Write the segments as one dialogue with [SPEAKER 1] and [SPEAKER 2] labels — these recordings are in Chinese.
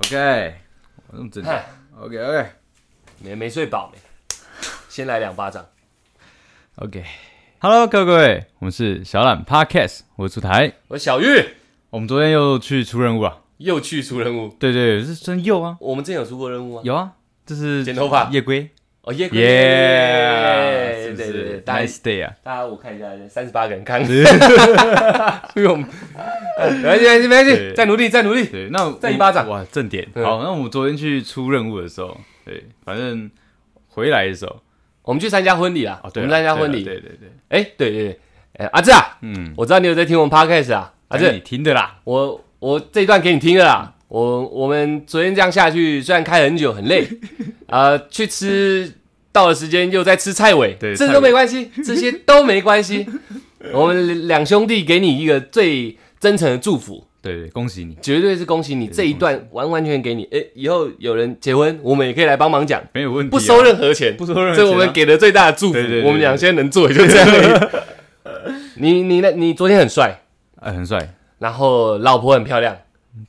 [SPEAKER 1] OK，我那么整
[SPEAKER 2] 嗨
[SPEAKER 1] OK OK
[SPEAKER 2] 没没睡饱没？先来两巴掌。
[SPEAKER 1] OK。Hello，各位，我们是小懒 Podcast，我是出台。
[SPEAKER 2] 我小玉
[SPEAKER 1] 我们昨天又去出任务啊了，
[SPEAKER 2] 又去出任务，
[SPEAKER 1] 对对，是真又啊，
[SPEAKER 2] 我们之前有出过任务吗？
[SPEAKER 1] 有啊，这是
[SPEAKER 2] 剪头发
[SPEAKER 1] 夜归
[SPEAKER 2] 哦，耶
[SPEAKER 1] 耶，
[SPEAKER 2] 对
[SPEAKER 1] 是不
[SPEAKER 2] 对对，
[SPEAKER 1] 是
[SPEAKER 2] 大家
[SPEAKER 1] ？Nice day 啊，
[SPEAKER 2] 大家我看一下，三十八个人看， 因为我 们呃没关系没关系，
[SPEAKER 1] 对
[SPEAKER 2] 再努力再努力。
[SPEAKER 1] 对，那
[SPEAKER 2] 再一
[SPEAKER 1] 我
[SPEAKER 2] 巴掌
[SPEAKER 1] 哇，正点。
[SPEAKER 2] 嗯
[SPEAKER 1] 好，那我们昨天去出任务的时候，对，反正回来的时候，
[SPEAKER 2] 我们去参加婚礼啦，
[SPEAKER 1] 哦，
[SPEAKER 2] 我
[SPEAKER 1] 对啊，
[SPEAKER 2] 们参加
[SPEAKER 1] 对啊
[SPEAKER 2] 婚礼。
[SPEAKER 1] 对对对，
[SPEAKER 2] 哎，对对对，哎阿志啊，
[SPEAKER 1] 嗯，
[SPEAKER 2] 我知道你有在听我们 podcast 啊，阿
[SPEAKER 1] 这
[SPEAKER 2] 志
[SPEAKER 1] 哎你，听的啦，
[SPEAKER 2] 我我这一段给你听了啦。我我们昨天这样下去，虽然开很久很 累，呃，去吃到了时间又在吃菜尾，
[SPEAKER 1] 对
[SPEAKER 2] 这
[SPEAKER 1] 菜
[SPEAKER 2] 都
[SPEAKER 1] 尾
[SPEAKER 2] 没关系，这些都没关系。我们两兄弟给你一个最真诚的祝福，
[SPEAKER 1] 对对，恭喜你。
[SPEAKER 2] 绝对是恭喜你这一段完完全全给你。诶，以后有人结婚，我们也可以来帮忙讲，
[SPEAKER 1] 没有问题啊、
[SPEAKER 2] 不收任何钱，
[SPEAKER 1] 不收任何钱啊
[SPEAKER 2] 这我们给的最大的祝福
[SPEAKER 1] 对对对。对
[SPEAKER 2] 我们俩现在能做也就这样而已。你你那你昨天很帅，
[SPEAKER 1] 哎，很帅，
[SPEAKER 2] 然后老婆很漂亮。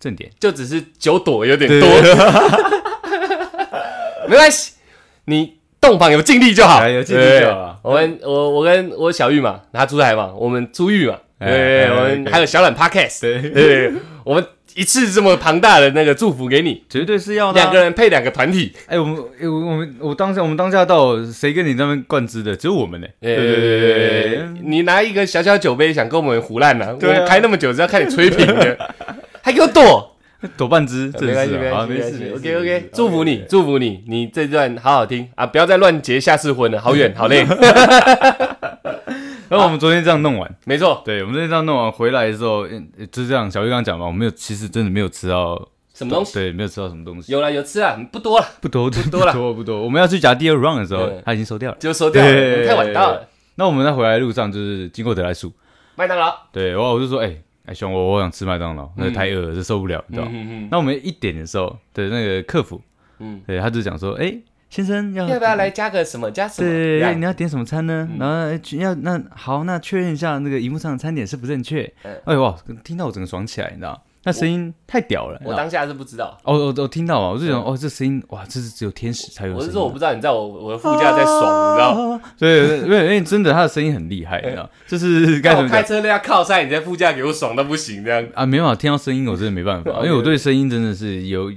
[SPEAKER 1] 正点。
[SPEAKER 2] 就只是酒朵有点
[SPEAKER 1] 对
[SPEAKER 2] 多， 没关系，你洞房有尽力就好，
[SPEAKER 1] 哎有尽力就好啊
[SPEAKER 2] 对我们我我跟我小玉嘛，他出来嘛，我们出狱嘛，
[SPEAKER 1] 哎
[SPEAKER 2] 对，
[SPEAKER 1] 哎
[SPEAKER 2] 我们
[SPEAKER 1] 可以
[SPEAKER 2] 还有小懒 podcast，
[SPEAKER 1] 对
[SPEAKER 2] 对，我们一次这么庞大的那个祝福给你，
[SPEAKER 1] 绝对是要的啊、
[SPEAKER 2] 两个人配两个团体，
[SPEAKER 1] 哎、我们，哎、我我们，我当下，我们当下到，谁跟你那边灌汁的？只有我们呢、
[SPEAKER 2] 对对对对，哎你拿一个小小酒杯想跟我们胡乱呢，我
[SPEAKER 1] 对啊
[SPEAKER 2] 们开那么久是要看你吹瓶 的，还给我躲，
[SPEAKER 1] 对，多哎半汁，真
[SPEAKER 2] 没
[SPEAKER 1] 的
[SPEAKER 2] 关
[SPEAKER 1] 是
[SPEAKER 2] 系，没
[SPEAKER 1] 啊好
[SPEAKER 2] 关
[SPEAKER 1] 没事
[SPEAKER 2] 系，没
[SPEAKER 1] 没
[SPEAKER 2] 关系
[SPEAKER 1] 事。
[SPEAKER 2] OK
[SPEAKER 1] 没
[SPEAKER 2] OK，
[SPEAKER 1] 事
[SPEAKER 2] 祝福你，祝福你，你这段好好听啊，不要再乱结下次婚了，好远，好累。
[SPEAKER 1] 然后我们昨天这样弄完，
[SPEAKER 2] 没错，
[SPEAKER 1] 对，我们昨天这样弄完回来的时候，嗯，就这样，小玉刚刚讲嘛，我没有，其实真的没有吃到
[SPEAKER 2] 什么东西？
[SPEAKER 1] 对，没有吃到什么东西，
[SPEAKER 2] 有啦，有吃啊，不多了，
[SPEAKER 1] 不多，不
[SPEAKER 2] 多啦嗯
[SPEAKER 1] 不多不多。我们要去夹第二 round 的时候
[SPEAKER 2] 对，
[SPEAKER 1] 他已经收掉了。
[SPEAKER 2] 就收掉了，
[SPEAKER 1] 对
[SPEAKER 2] 我们太晚到了。
[SPEAKER 1] 那我们在回来的路上，就是经过德莱树，
[SPEAKER 2] 麦当劳，
[SPEAKER 1] 对，然后我就说，哎、哎、兄，我我想吃麦当劳，那太饿了，这受不了，你知道吗？
[SPEAKER 2] 嗯嗯
[SPEAKER 1] 那我们一点的时候的那个客服，
[SPEAKER 2] 嗯
[SPEAKER 1] 对，他就讲说，哎、先生要
[SPEAKER 2] 嗯，要不要来加个什么加什么？哎嗯
[SPEAKER 1] 对
[SPEAKER 2] 这样
[SPEAKER 1] 你要点什么餐呢？然后哎去要那好，那确认一下那个荧幕上的餐点是不是正确。
[SPEAKER 2] 嗯
[SPEAKER 1] 哎呦哇，听到我整个爽起来，你知道吗？那声音太屌了，你知
[SPEAKER 2] 我
[SPEAKER 1] 道吗
[SPEAKER 2] 当下是不知道，嗯
[SPEAKER 1] 哦我我听到嘛，我就想哦，这声音哇，这是只有天使才有声音。
[SPEAKER 2] 我是说我不知道你在我我的副驾在爽，你知 道吗？
[SPEAKER 1] 吗？对，对对因为因为真的他的声音很厉害，你知道吗，就是该
[SPEAKER 2] 那
[SPEAKER 1] 怎么
[SPEAKER 2] 我哦开
[SPEAKER 1] 讲
[SPEAKER 2] 车那要靠山，你在副驾给我爽到不行这样，
[SPEAKER 1] 啊？没办法，听到声音我真的没办 法，因
[SPEAKER 2] OK，
[SPEAKER 1] 为我对声音真的是有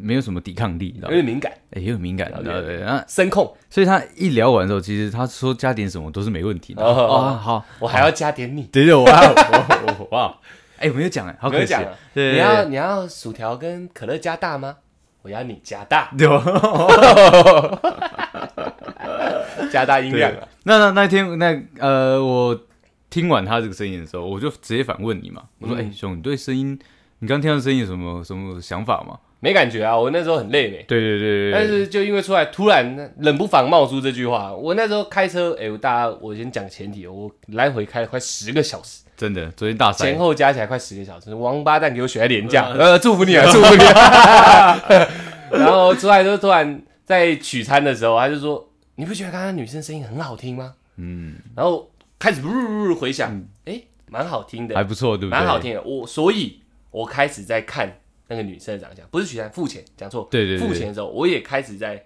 [SPEAKER 1] 没有什么抵抗力，你知道
[SPEAKER 2] 有
[SPEAKER 1] 吗？
[SPEAKER 2] 点敏感，
[SPEAKER 1] 哎，也有敏感，你知道
[SPEAKER 2] 了
[SPEAKER 1] 吗
[SPEAKER 2] 解
[SPEAKER 1] 对？啊那
[SPEAKER 2] 声控，
[SPEAKER 1] 所以他一聊完之后，其实他说加点什么都是没问题的。
[SPEAKER 2] 哦哦哦
[SPEAKER 1] 哦，好，
[SPEAKER 2] 我还要加点你。
[SPEAKER 1] 对对，我要我我我哇！ 哎，我没有讲哎，好
[SPEAKER 2] 没有
[SPEAKER 1] 可惜
[SPEAKER 2] 讲啊。
[SPEAKER 1] 对，
[SPEAKER 2] 你要你要薯条跟可乐加大吗？我要你加大，
[SPEAKER 1] 对吧？
[SPEAKER 2] 加大音量
[SPEAKER 1] 对
[SPEAKER 2] 啊。
[SPEAKER 1] 那那那天那呃，我听完他这个声音的时候，我就直接反问你嘛，我说：“
[SPEAKER 2] 嗯
[SPEAKER 1] 哎，兄，你对声音，你刚听到声音有什么什么想法吗
[SPEAKER 2] 没感觉啊，我那时候很累呢？”。
[SPEAKER 1] 对对对
[SPEAKER 2] 但
[SPEAKER 1] 对对，
[SPEAKER 2] 是就因为出来突然冷不防冒出这句话，我那时候开车，哎、我大家我先讲前提，哦我来回开了快十个小时，
[SPEAKER 1] 真的，昨天大
[SPEAKER 2] 前
[SPEAKER 1] 赛，
[SPEAKER 2] 后加起来快十个小时，王八蛋给我选在廉
[SPEAKER 1] 嗯
[SPEAKER 2] 价，呃，祝福你 啊，祝福你、啊。 然后出来之后，突然在取餐的时候，他就说：“你不觉得刚刚女生声音很好听吗
[SPEAKER 1] 嗯，？”
[SPEAKER 2] 然后开始呜回想，哎、蛮好听的，
[SPEAKER 1] 还不错，对不对？
[SPEAKER 2] 蛮好。听的。我所以，我开始在看那个女生的长相，不是许丹付钱，讲错，
[SPEAKER 1] 对对对
[SPEAKER 2] 付钱的时候，我也开始在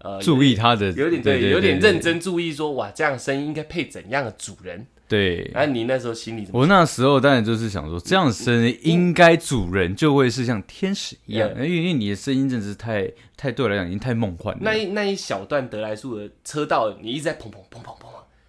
[SPEAKER 2] 呃
[SPEAKER 1] 注意他的，
[SPEAKER 2] 有点
[SPEAKER 1] 对，
[SPEAKER 2] 对，有点认
[SPEAKER 1] 真。
[SPEAKER 2] 真注意说，哇，这样声音应该配怎样的主人？
[SPEAKER 1] 对，
[SPEAKER 2] 然后你那时候心里怎么？
[SPEAKER 1] 我那时候当然就是想说，这样的声音应该主人就会是像天使一样，因
[SPEAKER 2] 嗯
[SPEAKER 1] 为因为你的声音真的是太太对我来讲已经太梦幻了。
[SPEAKER 2] 那一那一小段德莱树的车道，你一直在砰砰砰砰砰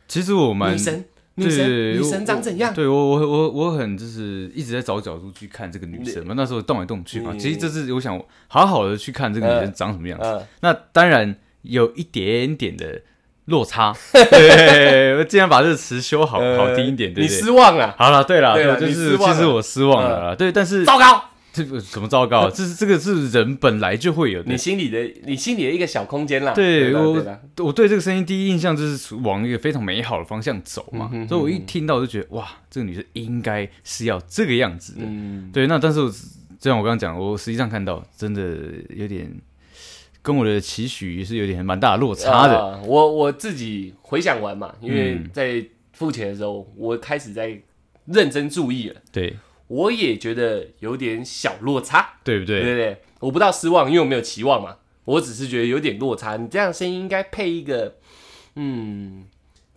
[SPEAKER 1] 其实我
[SPEAKER 2] 砰，
[SPEAKER 1] 蛮
[SPEAKER 2] 女神，女
[SPEAKER 1] 对
[SPEAKER 2] 神，
[SPEAKER 1] 对
[SPEAKER 2] 女
[SPEAKER 1] 我
[SPEAKER 2] 神长怎样？
[SPEAKER 1] 对我我我我很就是一直在找角度去看这个女生嘛，那时候动来动去嘛。
[SPEAKER 2] 嗯
[SPEAKER 1] 其实这是我想好好的去看这个女生长什么样子。
[SPEAKER 2] 嗯，
[SPEAKER 1] 那当然有一点点的落 差，对，我尽量把这个词修好
[SPEAKER 2] 呃
[SPEAKER 1] 好听一点，对
[SPEAKER 2] 你
[SPEAKER 1] 不对？
[SPEAKER 2] 失望了，
[SPEAKER 1] 好了，对了，
[SPEAKER 2] 对啦
[SPEAKER 1] 就
[SPEAKER 2] 你
[SPEAKER 1] 是
[SPEAKER 2] 失
[SPEAKER 1] 其
[SPEAKER 2] 望
[SPEAKER 1] 实
[SPEAKER 2] 了嗯
[SPEAKER 1] 我失望了啦，对，但是
[SPEAKER 2] 糟糕！
[SPEAKER 1] 这个什么糟糕？这是这个是人本来就会有的
[SPEAKER 2] 你。心里的你心里的一个小空间啦。
[SPEAKER 1] 对
[SPEAKER 2] 啦
[SPEAKER 1] 我
[SPEAKER 2] 对啦，
[SPEAKER 1] 我对这个声音第一印象就是往一个非常美好的方向走嘛，所以我一听到我就觉得哇，这个女生应该是要这个样子的。
[SPEAKER 2] 嗯，
[SPEAKER 1] 对，那但是我就像我刚刚讲，我实际上看到真的有点跟我的期许是有点蛮大的落差嗯的。
[SPEAKER 2] 啊我我自己回想完嘛，因为在付钱的时候，我开始在认真注意了。
[SPEAKER 1] 对，
[SPEAKER 2] 我也觉得有点小落差，
[SPEAKER 1] 对不
[SPEAKER 2] 对
[SPEAKER 1] 对？
[SPEAKER 2] 对对，我不到失望，因为我没有期望嘛，我只是觉得有点落差。你这样声音应该配一个，嗯，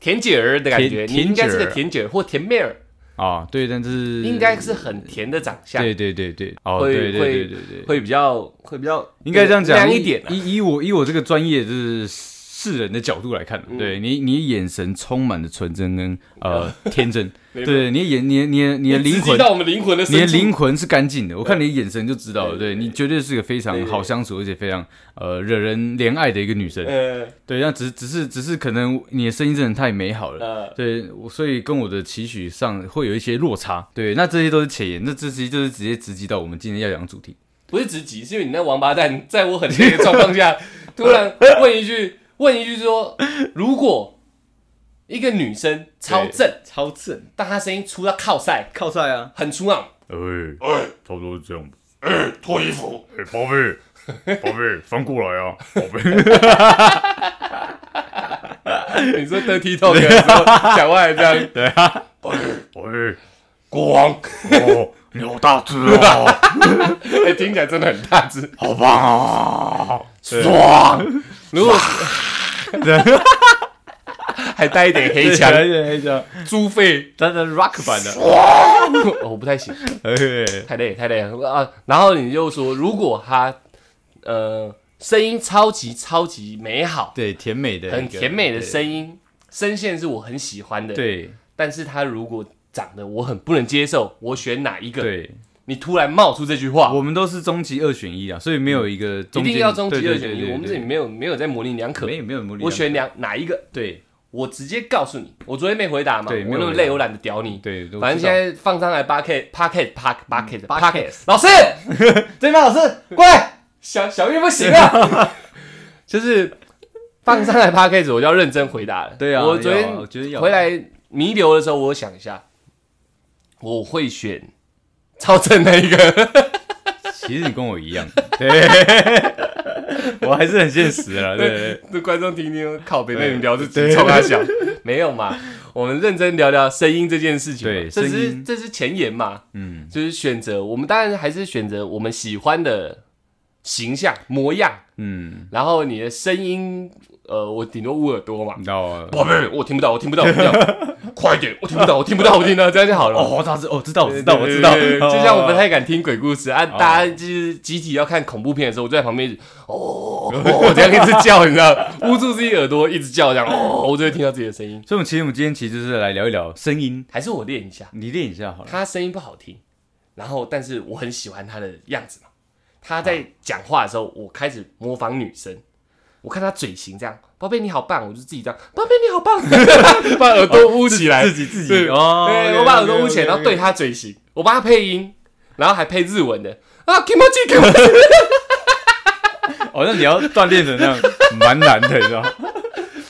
[SPEAKER 2] 甜姐儿的感觉，
[SPEAKER 1] 甜
[SPEAKER 2] 你应该是个
[SPEAKER 1] 甜姐儿
[SPEAKER 2] 甜姐儿或甜妹儿，
[SPEAKER 1] 啊，对，但是
[SPEAKER 2] 应该是很甜的长相，
[SPEAKER 1] 对对对对，哦，
[SPEAKER 2] 会
[SPEAKER 1] 对对对对对，
[SPEAKER 2] 会比较会比较
[SPEAKER 1] 应该这样讲
[SPEAKER 2] 亮一点啊。
[SPEAKER 1] 以以我以我这个专业就是世人的角度来
[SPEAKER 2] 嗯
[SPEAKER 1] 看，对你你眼神充满了纯真跟呃 天真，
[SPEAKER 2] 没
[SPEAKER 1] 对你眼你的你的你的灵
[SPEAKER 2] 直击
[SPEAKER 1] 魂。
[SPEAKER 2] 到我们灵魂的深
[SPEAKER 1] 你
[SPEAKER 2] 处
[SPEAKER 1] 的灵魂是干净的，我看你的眼神就知道了。对
[SPEAKER 2] 对
[SPEAKER 1] 你绝对是个非
[SPEAKER 2] 对
[SPEAKER 1] 常
[SPEAKER 2] 对
[SPEAKER 1] 好相处，而且非常呃惹人怜爱的一个女生。
[SPEAKER 2] 呃
[SPEAKER 1] 对，那只只是只是可能你的声音真的太美好了，
[SPEAKER 2] 呃，
[SPEAKER 1] 对，我所以跟我的期许上会有一些落差。对，那这些都是前言，那这些就是直接直击到我们今天要讲的主题。
[SPEAKER 2] 不是直击，是因为你那王八蛋， 在我很累的状 况下，突然问一句，问一句说，如果一个女生超
[SPEAKER 1] 对
[SPEAKER 2] 正，
[SPEAKER 1] 超正，
[SPEAKER 2] 但她声音粗到靠塞，
[SPEAKER 1] 靠晒啊！
[SPEAKER 2] 很粗朗，
[SPEAKER 1] 哎、差不多是这样吧。哎、脱衣服。哎、宝贝，宝贝，翻过来啊，宝贝。
[SPEAKER 2] 你说 dirty talk 的时候讲话还这样，
[SPEAKER 1] 对啊，宝贝，
[SPEAKER 2] 国王，
[SPEAKER 1] 哎 哦，你好大只哦，
[SPEAKER 2] 哎，听起来真的很大只，
[SPEAKER 1] 好棒啊！
[SPEAKER 2] 爽。如果 还带一点黑
[SPEAKER 1] 黑
[SPEAKER 2] 腔，
[SPEAKER 1] 枪，黑枪，
[SPEAKER 2] 猪肺，
[SPEAKER 1] 但是 rock 版的。
[SPEAKER 2] 哦我不太行，
[SPEAKER 1] 哎、
[SPEAKER 2] 太累太累了啊。然后你就说，如果他呃声音超级超级美好，
[SPEAKER 1] 对，甜美的一个，
[SPEAKER 2] 很甜美的声音，声线是我很喜欢的，。
[SPEAKER 1] 对。
[SPEAKER 2] 但是他如果长得我很不能接受，我选哪一
[SPEAKER 1] 对
[SPEAKER 2] 个？
[SPEAKER 1] 对，
[SPEAKER 2] 你突然冒出这句话，
[SPEAKER 1] 我们都是终极二选一啊，所以没有一个
[SPEAKER 2] 嗯一
[SPEAKER 1] 中
[SPEAKER 2] 定
[SPEAKER 1] 间
[SPEAKER 2] 要终极二
[SPEAKER 1] 对对
[SPEAKER 2] 选
[SPEAKER 1] 对
[SPEAKER 2] 一。
[SPEAKER 1] 对
[SPEAKER 2] 我们这
[SPEAKER 1] 对
[SPEAKER 2] 里没有没有在模棱两可，
[SPEAKER 1] 没有没有魔力量，
[SPEAKER 2] 我选两哪一个？
[SPEAKER 1] 对
[SPEAKER 2] 我直接告诉你，我昨天没回答嘛，我
[SPEAKER 1] 对没
[SPEAKER 2] 那
[SPEAKER 1] 有
[SPEAKER 2] 么
[SPEAKER 1] 回答
[SPEAKER 2] 累，我懒得屌你。
[SPEAKER 1] 对，我
[SPEAKER 2] 反正
[SPEAKER 1] 知道
[SPEAKER 2] 现在放上来八 K、八 K、八 K、八 K 的
[SPEAKER 1] 嗯八 K
[SPEAKER 2] 八 K。老师，对面老师，过来，小小月不行啊， 就是放上来八 K 我就要认真回答了。
[SPEAKER 1] 对啊，
[SPEAKER 2] 我昨
[SPEAKER 1] 要啊
[SPEAKER 2] 天
[SPEAKER 1] 我觉得要啊
[SPEAKER 2] 回来弥留的时候，我有想一下，我会选超正那一个，
[SPEAKER 1] 其实你跟我一样， 对，我还是很现实的啦，对对
[SPEAKER 2] 这 观众听听靠北，那
[SPEAKER 1] 对
[SPEAKER 2] 你聊自己冲他笑，没有嘛？我们认真聊聊声音这件事情嘛，
[SPEAKER 1] 对
[SPEAKER 2] 这
[SPEAKER 1] 声
[SPEAKER 2] 是
[SPEAKER 1] 音
[SPEAKER 2] 这是前言嘛，
[SPEAKER 1] 嗯，
[SPEAKER 2] 就是选择。我们当然还是选择我们喜欢的形象模样，
[SPEAKER 1] 嗯，
[SPEAKER 2] 然后你的声音，呃，我顶多捂耳朵嘛
[SPEAKER 1] 你。知道吗？
[SPEAKER 2] 宝贝，我听不到，我听不到，我听 不到，快一点，我听不到，我听不到，我听不到，这样就好了。
[SPEAKER 1] 哦，我知道，哦，知道，我知道，我
[SPEAKER 2] 对
[SPEAKER 1] 知道，
[SPEAKER 2] 对对对就像我不
[SPEAKER 1] 哦，
[SPEAKER 2] 太敢听鬼故事啊，大家就是集体要看恐怖片的时候，我就在旁边一直 哦，我这样一直叫，你知道，捂住自己耳朵一直叫，这样哦，我就会听到自己的声音。
[SPEAKER 1] 所以我们其实我们今天其实就是来聊一聊声音，
[SPEAKER 2] 还是我练一下，
[SPEAKER 1] 你练一下好了，
[SPEAKER 2] 他声音不好听，然后但是我很喜欢他的样子嘛。他在讲话的时候，我开始模仿女生，我看他嘴型这样，宝贝你好棒，我就自己这样，宝贝你好棒， 把耳朵捂起来，
[SPEAKER 1] 自己自己
[SPEAKER 2] 对
[SPEAKER 1] 哦，
[SPEAKER 2] 对，
[SPEAKER 1] OK，
[SPEAKER 2] 我把耳朵
[SPEAKER 1] OK，OK，
[SPEAKER 2] 捂起来，然后
[SPEAKER 1] OK，
[SPEAKER 2] 对他嘴型，我帮他配音，然后还配日文的啊，kimoji kimoji，
[SPEAKER 1] 哦，那你要锻炼成那样，蛮难的，你知道吗？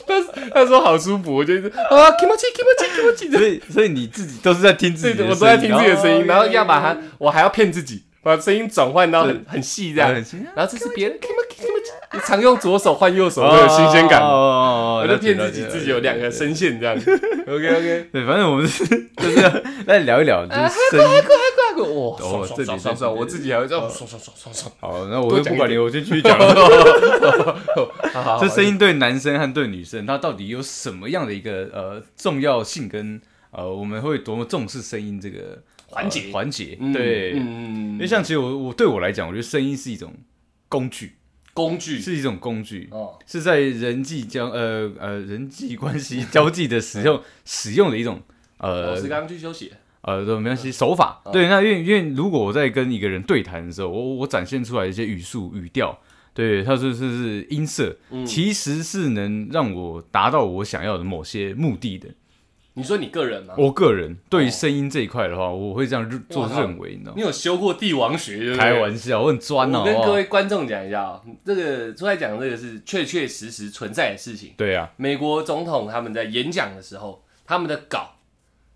[SPEAKER 2] 他 他说好舒服，我就一直啊 kimoji kimoji kimoji，
[SPEAKER 1] 所以，所以你自己都是在听自己
[SPEAKER 2] 对
[SPEAKER 1] 的声音，哦
[SPEAKER 2] 的，我都在听自己的声音，哦然后要把
[SPEAKER 1] 它
[SPEAKER 2] 它，我还要骗自己，把声音转换到很很细这样，
[SPEAKER 1] 然
[SPEAKER 2] 然后这是别人 kimoji kimoji，你常用左手换右手
[SPEAKER 1] 哦
[SPEAKER 2] 会有新鲜感，
[SPEAKER 1] 我
[SPEAKER 2] 我就骗自己自己有两个声 线这样，OK OK，
[SPEAKER 1] 对，反正我们是 就是要来聊一聊，就是声音。
[SPEAKER 2] 啊快快哇，啊爽
[SPEAKER 1] 啊哦这
[SPEAKER 2] 爽
[SPEAKER 1] 里
[SPEAKER 2] 爽爽
[SPEAKER 1] 这里哦
[SPEAKER 2] 爽，我自己还会这样爽爽爽爽爽，
[SPEAKER 1] 好，那我
[SPEAKER 2] 多
[SPEAKER 1] 就
[SPEAKER 2] 讲
[SPEAKER 1] 不
[SPEAKER 2] 一
[SPEAKER 1] 管
[SPEAKER 2] 点
[SPEAKER 1] 你，我就继续讲了。
[SPEAKER 2] 好好好
[SPEAKER 1] 这声音对男生和对女生，它到底有什么样的一个呃重要性跟呃我们会多么重视声音这个呃
[SPEAKER 2] 环节
[SPEAKER 1] 环节？
[SPEAKER 2] 嗯
[SPEAKER 1] 对，因
[SPEAKER 2] 嗯
[SPEAKER 1] 为像其实我我对我来讲，我觉得声音是一种工具，
[SPEAKER 2] 工具
[SPEAKER 1] 是一种工具。
[SPEAKER 2] 哦。
[SPEAKER 1] 是在人际交呃呃人际关系交际的使用 使用的一种
[SPEAKER 2] 老
[SPEAKER 1] 呃
[SPEAKER 2] 师刚刚去休息，
[SPEAKER 1] 呃，对，没关系，手法。
[SPEAKER 2] 嗯
[SPEAKER 1] 对，那因为因为如果我在跟一个人对谈的时候，我我展现出来一些语速、语调，对，它是是是音色，
[SPEAKER 2] 嗯
[SPEAKER 1] 其实是能让我达到我想要的某些目的
[SPEAKER 2] 嗯
[SPEAKER 1] 的。
[SPEAKER 2] 你说你个人吗？
[SPEAKER 1] 我个人对于声音这一块的话，我会这样认做
[SPEAKER 2] 哦哇
[SPEAKER 1] 认为，你知道吗？
[SPEAKER 2] 你有修过帝王学？对不对
[SPEAKER 1] 开玩笑，我很专哦。
[SPEAKER 2] 我跟
[SPEAKER 1] 好不
[SPEAKER 2] 各
[SPEAKER 1] 好
[SPEAKER 2] 位观众讲一下哦，这个出来讲的这个是确确实实存在的事情。
[SPEAKER 1] 对啊，
[SPEAKER 2] 美国总统他们在演讲的时候，他们的稿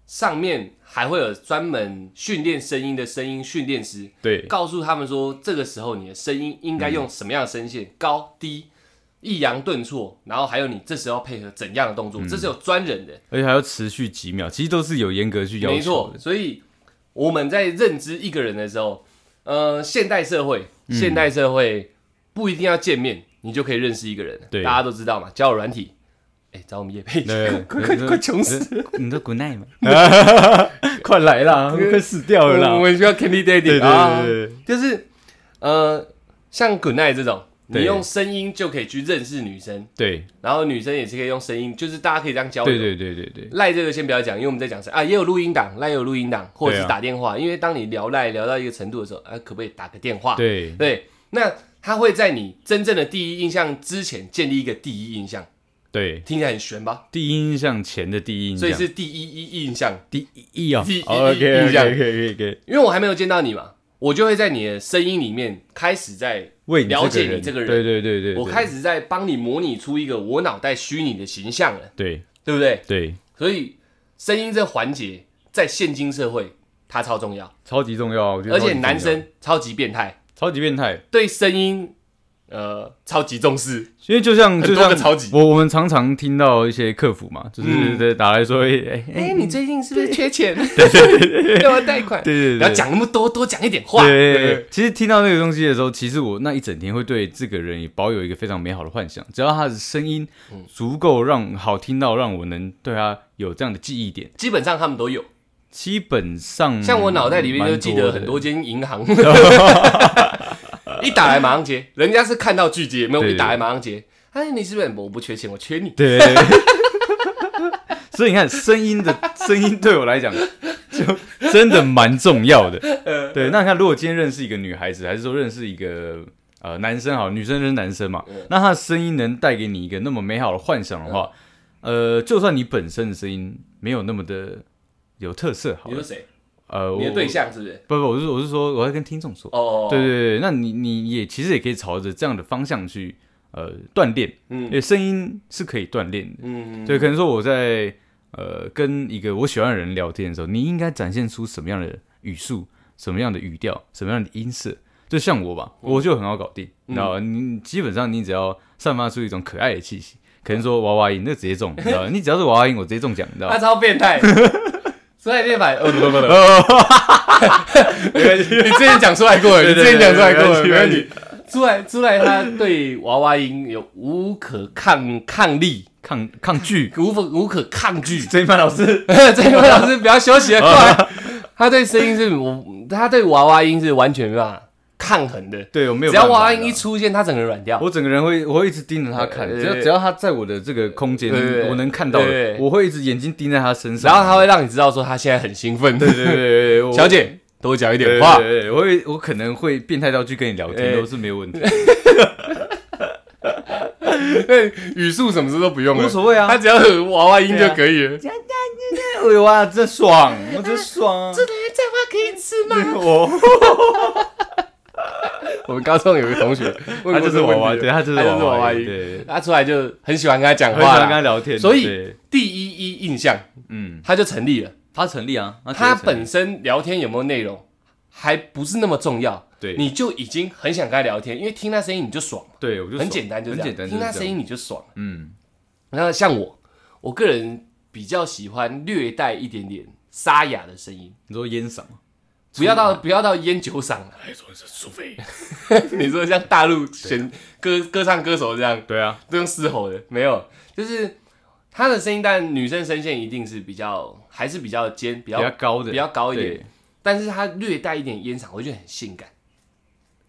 [SPEAKER 2] 上面还会有专门训练声音的声音训练师，
[SPEAKER 1] 对
[SPEAKER 2] 告诉他们说，这个时候你的声音应该用什么样的声线，高低。抑扬顿挫，然后还有你这时候配合怎样的动作，这是有专人的。
[SPEAKER 1] 而且还要持续几秒，其实都是有严格去要
[SPEAKER 2] 没
[SPEAKER 1] 求
[SPEAKER 2] 错
[SPEAKER 1] 的。，
[SPEAKER 2] 所以我们在认知一个人的时候，呃，现代社会，
[SPEAKER 1] 嗯
[SPEAKER 2] 现代社会不一定要见面，你就可以认识一个人。
[SPEAKER 1] 对
[SPEAKER 2] 大家都知道嘛，交友软体，哎、找我们叶佩，
[SPEAKER 1] 对
[SPEAKER 2] 快快快穷死！
[SPEAKER 1] 你都 good night 吗？快来啦，快死掉了
[SPEAKER 2] 我
[SPEAKER 1] 啦！
[SPEAKER 2] 们需要 Candy Daddy
[SPEAKER 1] 对对
[SPEAKER 2] 啊，
[SPEAKER 1] 对对，
[SPEAKER 2] 就是呃，像 Good Night 这种，你
[SPEAKER 1] 对
[SPEAKER 2] 用声音就可以去认识女生，
[SPEAKER 1] 对
[SPEAKER 2] 然后女生也是可以用声音，就是大家可以这样交流。
[SPEAKER 1] 对对对对对，
[SPEAKER 2] 赖这个先不要讲，因为我们在讲是啊，也有录音档，赖也有录音档，或者
[SPEAKER 1] 对
[SPEAKER 2] 是
[SPEAKER 1] 啊
[SPEAKER 2] 打电话，因为当你聊赖聊到一个程度的时候，啊，可不可以打个电话？
[SPEAKER 1] 对
[SPEAKER 2] 对，那他会在你真正的第一印象之前建立一个第一印象，
[SPEAKER 1] 对，
[SPEAKER 2] 听起来很悬吧？
[SPEAKER 1] 第一印象前的第一印
[SPEAKER 2] 所
[SPEAKER 1] 象
[SPEAKER 2] 以，是第一一印象，
[SPEAKER 1] 第一哦
[SPEAKER 2] 第一
[SPEAKER 1] ，OK
[SPEAKER 2] 印
[SPEAKER 1] OK
[SPEAKER 2] 象
[SPEAKER 1] OK OK，
[SPEAKER 2] 因为我还没有见到你嘛，我就会在你的声音里面开始在，
[SPEAKER 1] 为你
[SPEAKER 2] 了解你这个人
[SPEAKER 1] 对对对对，对
[SPEAKER 2] 我开始在帮你模拟出一个我脑袋虚拟的形象了，
[SPEAKER 1] 对
[SPEAKER 2] 对不对？
[SPEAKER 1] 对，
[SPEAKER 2] 所以声音这环节在现今社会它超重要，
[SPEAKER 1] 超级重要，我觉得
[SPEAKER 2] 而
[SPEAKER 1] 超级
[SPEAKER 2] 且
[SPEAKER 1] 重要
[SPEAKER 2] 男生超级变态，
[SPEAKER 1] 超级变态，
[SPEAKER 2] 对声音呃超级重视，
[SPEAKER 1] 因为就像
[SPEAKER 2] 很多
[SPEAKER 1] 就
[SPEAKER 2] 个
[SPEAKER 1] 像
[SPEAKER 2] 超级
[SPEAKER 1] 我我们常常听到一些客服嘛，就
[SPEAKER 2] 嗯
[SPEAKER 1] 是在打来说，哎哎
[SPEAKER 2] 哎、
[SPEAKER 1] 哎，
[SPEAKER 2] 你最近是不是缺钱？ 要我贷款？
[SPEAKER 1] 对对对，
[SPEAKER 2] 不要讲那么多，多讲一点话。
[SPEAKER 1] 对对
[SPEAKER 2] 对
[SPEAKER 1] 对，其实听到那个东西的时候，其实我那一整天会对这个人也保有一个非常美好的幻想，只要他的声音足够让好听到，让我能对他有这样的记忆点，
[SPEAKER 2] 基本上他们都有。
[SPEAKER 1] 基本上
[SPEAKER 2] 像我脑袋里面就记得
[SPEAKER 1] 嗯
[SPEAKER 2] 很
[SPEAKER 1] 蛮
[SPEAKER 2] 多
[SPEAKER 1] 多的，
[SPEAKER 2] 间银行， 一打来马上接，人家是看到拒接，没有
[SPEAKER 1] 对对
[SPEAKER 2] 一打来马上接。哎，你是不是很我不缺钱，我缺你？
[SPEAKER 1] 对 对对。所以你看，声音的声音对我来讲，就真的蛮重要的。
[SPEAKER 2] 呃
[SPEAKER 1] 对，那你看，如果今天认识一个女孩子，还是说认识一个呃男生好，女生认识男生嘛，
[SPEAKER 2] 呃
[SPEAKER 1] 那他的声音能带给你一个那么美好的幻想的话，呃，就算你本身的声音没有那么的有特色，好
[SPEAKER 2] 你说
[SPEAKER 1] 了，
[SPEAKER 2] 谁？
[SPEAKER 1] 呃，
[SPEAKER 2] 你的
[SPEAKER 1] 我
[SPEAKER 2] 对象是不是？
[SPEAKER 1] 不不，我是我是说我要跟听众说，
[SPEAKER 2] 哦，
[SPEAKER 1] 对，对对，那你你也其实也可以朝着这样的方向去呃锻炼，
[SPEAKER 2] 嗯
[SPEAKER 1] 因为声音是可以锻炼的。
[SPEAKER 2] 嗯，
[SPEAKER 1] 对，可能说我在呃跟一个我喜欢的人聊天的时候，你应该展现出什么样的语速、什么样的语调、什么样的音色。就像我吧，
[SPEAKER 2] 嗯
[SPEAKER 1] 我就很好搞定，你知道吗？你基本上你只要散发出一种可爱的气息，可能说娃娃音，那直接中，你知道吗？你只要是娃娃音，我直接中奖，你知道
[SPEAKER 2] 他
[SPEAKER 1] 吗？
[SPEAKER 2] 超变 态。说来变反，呃，不不 不不，
[SPEAKER 1] 没关系，
[SPEAKER 2] 你之前讲出来过了，你
[SPEAKER 1] 对对
[SPEAKER 2] 之前讲出来过
[SPEAKER 1] 对
[SPEAKER 2] 了，没
[SPEAKER 1] 没
[SPEAKER 2] 问
[SPEAKER 1] 关系
[SPEAKER 2] 题。出来出来，他对娃娃音有无可抗抗力，
[SPEAKER 1] 抗 抗拒。
[SPEAKER 2] 无可无可抗拒。
[SPEAKER 1] 这一班老师，
[SPEAKER 2] 这一位老师不要休息了，过来。 他对声音是我，他对娃娃音是完全没办法抗衡的。
[SPEAKER 1] 对我没有
[SPEAKER 2] 只
[SPEAKER 1] 办
[SPEAKER 2] 要
[SPEAKER 1] 法，
[SPEAKER 2] 娃娃音
[SPEAKER 1] 你
[SPEAKER 2] 一
[SPEAKER 1] 知道吗
[SPEAKER 2] 出现，他整个人软掉。
[SPEAKER 1] 我整个人会，我会一直盯着他看，
[SPEAKER 2] 对
[SPEAKER 1] 只要
[SPEAKER 2] 对
[SPEAKER 1] 只要他在我的这个空间
[SPEAKER 2] 对对对，
[SPEAKER 1] 我能看到
[SPEAKER 2] 对对
[SPEAKER 1] 的，
[SPEAKER 2] 对
[SPEAKER 1] 我会一直眼睛盯在他身上。
[SPEAKER 2] 然后他会让你知道说他现在很兴奋。
[SPEAKER 1] 对，对对对，我
[SPEAKER 2] 小姐多讲一点
[SPEAKER 1] 对
[SPEAKER 2] 话。
[SPEAKER 1] 对对，我会我可能会变态到去跟你聊天
[SPEAKER 2] 哎
[SPEAKER 1] 都是没有问题，
[SPEAKER 2] 对，语速什么事都不用了
[SPEAKER 1] 无，所谓
[SPEAKER 2] 他
[SPEAKER 1] 啊。
[SPEAKER 2] 只要有娃娃音就可以了。
[SPEAKER 1] 哎呦哇，真爽，我真爽啊！
[SPEAKER 2] 这这花可以吃吗？
[SPEAKER 1] 我
[SPEAKER 2] 我们高中有个同学，
[SPEAKER 1] 他就是娃娃，对
[SPEAKER 2] 对
[SPEAKER 1] 他就是
[SPEAKER 2] 啊他就是
[SPEAKER 1] 娃
[SPEAKER 2] 娃娃
[SPEAKER 1] 娃
[SPEAKER 2] 音
[SPEAKER 1] 音，对，
[SPEAKER 2] 他出来就很喜欢跟他讲
[SPEAKER 1] 很喜
[SPEAKER 2] 话
[SPEAKER 1] 欢跟他
[SPEAKER 2] 啦。
[SPEAKER 1] 聊天，
[SPEAKER 2] 所以
[SPEAKER 1] 对
[SPEAKER 2] 第一一印象，
[SPEAKER 1] 嗯，
[SPEAKER 2] 他就成立了。
[SPEAKER 1] 他成立啊，
[SPEAKER 2] 他
[SPEAKER 1] 觉得成立
[SPEAKER 2] 本身聊天有没有内容，还不是那么重要，
[SPEAKER 1] 对
[SPEAKER 2] 你就已经很想跟他聊天，因为听他声音你就爽，
[SPEAKER 1] 对我就
[SPEAKER 2] 很
[SPEAKER 1] 爽
[SPEAKER 2] 简单就
[SPEAKER 1] 很
[SPEAKER 2] 这样，
[SPEAKER 1] 简单，
[SPEAKER 2] 听他声，音你就爽。
[SPEAKER 1] 嗯，
[SPEAKER 2] 那像我，我个人比较喜欢略带一点点沙哑的声音，
[SPEAKER 1] 你说烟嗓吗，
[SPEAKER 2] 不要到不要到烟酒嗓了。
[SPEAKER 1] 还哎说是苏菲， 啊
[SPEAKER 2] 你说像大陆选歌歌唱歌手这样，
[SPEAKER 1] 对啊，
[SPEAKER 2] 都用嘶吼的，没有，就是他的声音，但女生声线一定是比较还是比较尖，比
[SPEAKER 1] 比较
[SPEAKER 2] 较
[SPEAKER 1] 高的，
[SPEAKER 2] 比较高一
[SPEAKER 1] 对
[SPEAKER 2] 点，，但是他略带一点烟嗓，我觉得很性感。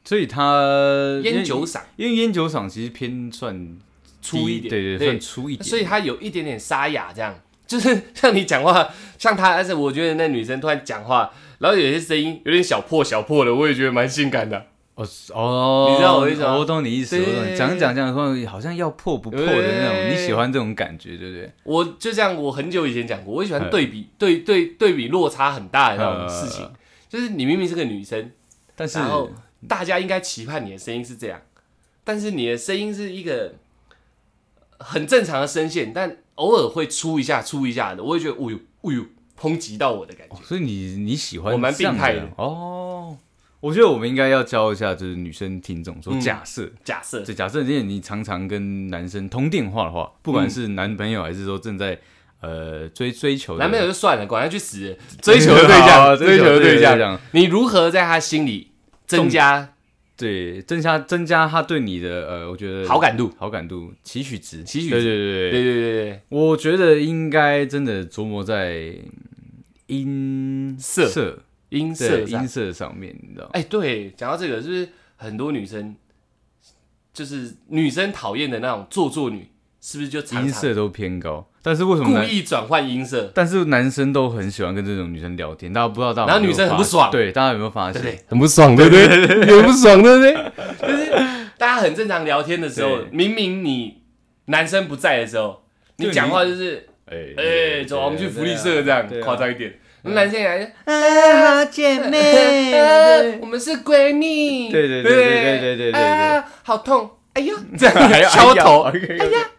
[SPEAKER 1] 所以他
[SPEAKER 2] 烟酒嗓，
[SPEAKER 1] 因为烟酒嗓其实偏算
[SPEAKER 2] 粗一
[SPEAKER 1] 低
[SPEAKER 2] 点，
[SPEAKER 1] 对对，算粗一点，
[SPEAKER 2] 所以他有一点点沙哑，这样 就是像你讲话，像他，但是我觉得那女生突然讲话，然后有些声音有点小破小破的，我也觉得蛮性感的。
[SPEAKER 1] 哦是哦，
[SPEAKER 2] 你知道我意思吗
[SPEAKER 1] 我懂你意思，
[SPEAKER 2] 对
[SPEAKER 1] 我懂你。讲一讲讲讲，好像要破不破的那种，
[SPEAKER 2] 对
[SPEAKER 1] 你喜欢这种感觉，对不对？
[SPEAKER 2] 我就像我很久以前讲过，我喜欢对比对对对比落差很大的那种事情
[SPEAKER 1] 呃，
[SPEAKER 2] 就是你明明是个女生，
[SPEAKER 1] 但是
[SPEAKER 2] 然后大家应该期盼你的声音是这样，但是你的声音是一个很正常的声线，但偶尔会出一下出一下的，我会觉得，哦呦，哦呦，抨击到我的感觉。
[SPEAKER 1] 哦所以你你喜欢
[SPEAKER 2] 我蛮
[SPEAKER 1] 这样
[SPEAKER 2] 病态
[SPEAKER 1] 的
[SPEAKER 2] 的
[SPEAKER 1] 哦。我觉得我们应该要教一下，就是女生听众说
[SPEAKER 2] 嗯，
[SPEAKER 1] 假设，
[SPEAKER 2] 假设嗯
[SPEAKER 1] 就假设你你常常跟男生通电话的话，不管是男朋友还是说正在呃追追求的
[SPEAKER 2] 男朋友就算了，管他去死，追求的对
[SPEAKER 1] 好
[SPEAKER 2] 象，
[SPEAKER 1] 追
[SPEAKER 2] 追
[SPEAKER 1] 求
[SPEAKER 2] 求
[SPEAKER 1] 的
[SPEAKER 2] 的对
[SPEAKER 1] 对
[SPEAKER 2] 象
[SPEAKER 1] 象，
[SPEAKER 2] 你如何在他心里增加
[SPEAKER 1] 对增加增加他对你的呃，我觉得
[SPEAKER 2] 好感度？
[SPEAKER 1] 好感度期许值
[SPEAKER 2] 期许值
[SPEAKER 1] 对对对
[SPEAKER 2] 对对对对对，
[SPEAKER 1] 我觉得应该真的琢磨在嗯音
[SPEAKER 2] 色
[SPEAKER 1] 色
[SPEAKER 2] 音
[SPEAKER 1] 对
[SPEAKER 2] 色上
[SPEAKER 1] 音。色上面，你知道吗？
[SPEAKER 2] 哎，对，讲到这个，就是很多女生，就是女生讨厌的那种做作女，是不是就常
[SPEAKER 1] 音
[SPEAKER 2] 常
[SPEAKER 1] 色都偏高，但是为什么
[SPEAKER 2] 故
[SPEAKER 1] 男
[SPEAKER 2] 意转换音色？
[SPEAKER 1] 但是男生都很喜欢跟这种女生聊天，大家不知道大家
[SPEAKER 2] 然后
[SPEAKER 1] 有没有
[SPEAKER 2] 女生
[SPEAKER 1] 发
[SPEAKER 2] 很不
[SPEAKER 1] 现
[SPEAKER 2] 爽
[SPEAKER 1] 对，大家有没有发
[SPEAKER 2] 对
[SPEAKER 1] 现？
[SPEAKER 2] 不对？很不爽，对不对？很不爽，对不对？就是大家很正常聊天的时候
[SPEAKER 1] 对，
[SPEAKER 2] 明明你男生不在的时候，
[SPEAKER 1] 就
[SPEAKER 2] 你
[SPEAKER 1] 你
[SPEAKER 2] 讲话就是
[SPEAKER 1] 哎
[SPEAKER 2] 哎，走啊，我们去福利社这样，夸张一点。那男生来，哎
[SPEAKER 1] 啊，姐 妹
[SPEAKER 2] 呃，我们是闺蜜，
[SPEAKER 1] 对对对
[SPEAKER 2] 不
[SPEAKER 1] 对对对对对对
[SPEAKER 2] 啊，好痛，哎呦，这样敲头，
[SPEAKER 1] 哎呀，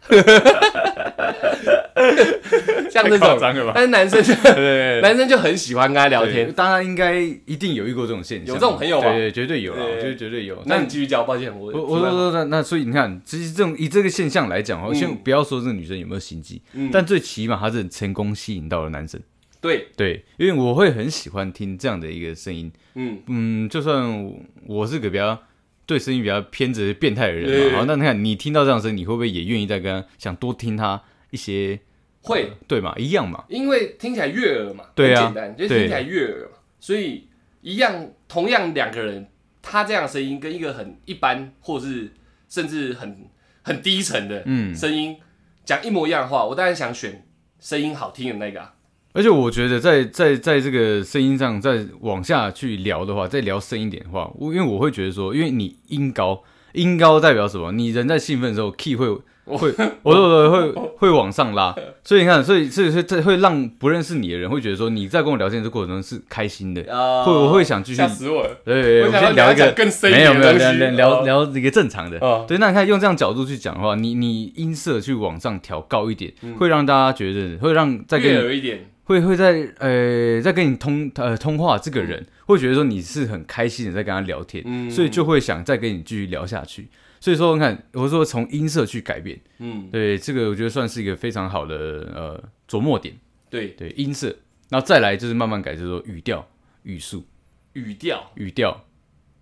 [SPEAKER 2] 像这
[SPEAKER 1] 太夸
[SPEAKER 2] 种
[SPEAKER 1] 张了吧，
[SPEAKER 2] 但是男生就
[SPEAKER 1] 对
[SPEAKER 2] 男生就很喜欢跟他聊天。
[SPEAKER 1] 大家应该一定有遇过这种现象，
[SPEAKER 2] 有这种朋友吧
[SPEAKER 1] 对对，绝对有啦，
[SPEAKER 2] 对
[SPEAKER 1] 我觉得绝对有。
[SPEAKER 2] 哦那
[SPEAKER 1] 那
[SPEAKER 2] 你继续讲，抱歉，我
[SPEAKER 1] 我我说说那那所以你看，其实这种以这个现象来讲哦，
[SPEAKER 2] 嗯
[SPEAKER 1] 先不要说这个女生有没有心机，
[SPEAKER 2] 嗯
[SPEAKER 1] 但最起码她是成功吸引到了男生。
[SPEAKER 2] 对，
[SPEAKER 1] 对，因为我会很喜欢听这样的一个声音，
[SPEAKER 2] 嗯，
[SPEAKER 1] 嗯，就算我我是个比较对声音比较偏执变态的人
[SPEAKER 2] 对
[SPEAKER 1] 嘛，好，那你看你听到这样的声音，你会不会也愿意再跟他想多听他一些？
[SPEAKER 2] 会，
[SPEAKER 1] 对嘛，一样嘛。
[SPEAKER 2] 因为听起来悦耳嘛，
[SPEAKER 1] 对啊
[SPEAKER 2] 很简单，就是
[SPEAKER 1] 对
[SPEAKER 2] 听起来悦耳嘛，所以一样，同样两个人，他这样的声音跟一个很一般，或是甚至很很低沉的
[SPEAKER 1] 嗯
[SPEAKER 2] 声音讲一模一样的话，我当然想选声音好听的那个啊。
[SPEAKER 1] 而且我觉得在在在这个声音上再往下去聊的话，再聊深一点的话，我因为我会觉得说，因为你音高，音高代表什么？你人在兴奋的时候，key 会
[SPEAKER 2] 哦
[SPEAKER 1] 会，哦我我会会往上拉，所以你看，所以所以所以这会让不认识你的人会觉得说，你在跟我聊天的过程中是开心的，
[SPEAKER 2] 啊
[SPEAKER 1] 会我会想继续
[SPEAKER 2] 吓死我了。
[SPEAKER 1] 对对，对
[SPEAKER 2] 我
[SPEAKER 1] 我们
[SPEAKER 2] 想
[SPEAKER 1] 先
[SPEAKER 2] 要
[SPEAKER 1] 聊一个
[SPEAKER 2] 讲更深一
[SPEAKER 1] 没有
[SPEAKER 2] 点
[SPEAKER 1] 没有
[SPEAKER 2] 的东
[SPEAKER 1] 聊
[SPEAKER 2] 西
[SPEAKER 1] 聊聊
[SPEAKER 2] 哦
[SPEAKER 1] 聊一个正常的。
[SPEAKER 2] 哦
[SPEAKER 1] 对，那你看用这样角度去讲的话，你你音色去往上调高一点，
[SPEAKER 2] 嗯
[SPEAKER 1] 会让大家觉得会让在
[SPEAKER 2] 悦
[SPEAKER 1] 跟你
[SPEAKER 2] 耳一点，
[SPEAKER 1] 会会在呃在跟你通呃通话这个人会觉得说你是很开心的在跟他聊天，
[SPEAKER 2] 嗯
[SPEAKER 1] 所以就会想再跟你继续聊下去。所以说，你看，我说从音色去改变，
[SPEAKER 2] 嗯，
[SPEAKER 1] 对这个我觉得算是一个非常好的呃琢磨点，
[SPEAKER 2] 对，
[SPEAKER 1] 对音色，然后再来就是慢慢改，就是说语调、语速。
[SPEAKER 2] 语调。
[SPEAKER 1] 语调，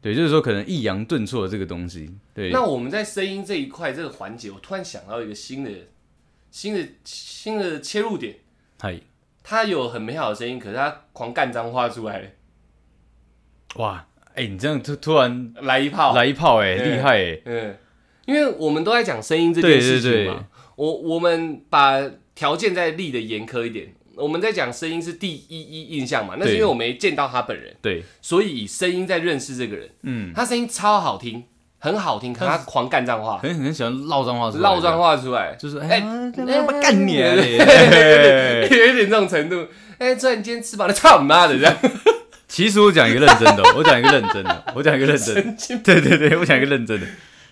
[SPEAKER 1] 对，就是说可能抑扬顿挫这个东西，对，
[SPEAKER 2] 那我们在声音这一块这个环节，我突然想到一个新的、新的、新的切入点。
[SPEAKER 1] 嗨，
[SPEAKER 2] 他有很美好的声音，可是他狂干脏话出来，
[SPEAKER 1] 哇，哎、你这样突突然
[SPEAKER 2] 来一炮。
[SPEAKER 1] 来一炮、哎，
[SPEAKER 2] 对
[SPEAKER 1] 厉害、哎，
[SPEAKER 2] 嗯，因为我们都在讲声音这件事情
[SPEAKER 1] 对对
[SPEAKER 2] 嘛，
[SPEAKER 1] 对
[SPEAKER 2] 我我们把条件再立的严苛一点。我们在讲声音是第一一印象嘛，那是
[SPEAKER 1] 对
[SPEAKER 2] 因为我没见到他本人，
[SPEAKER 1] 对，
[SPEAKER 2] 所以以声音在认识这个人。
[SPEAKER 1] 嗯，
[SPEAKER 2] 他声音超好听，很好听，可是他狂干脏话，
[SPEAKER 1] 很很喜欢唠脏话出来，
[SPEAKER 2] 唠脏，话出来，
[SPEAKER 1] 就是
[SPEAKER 2] 哎
[SPEAKER 1] 哎，要不干你啊，
[SPEAKER 2] 对
[SPEAKER 1] 哎
[SPEAKER 2] 有一点这种程度。哎，突然间吃饱了， 操你妈的这样。
[SPEAKER 1] 其实我讲一个认真的，哦我讲一个认真的，我讲一个认真
[SPEAKER 2] 神经
[SPEAKER 1] 的，对对对，我讲一个认真的。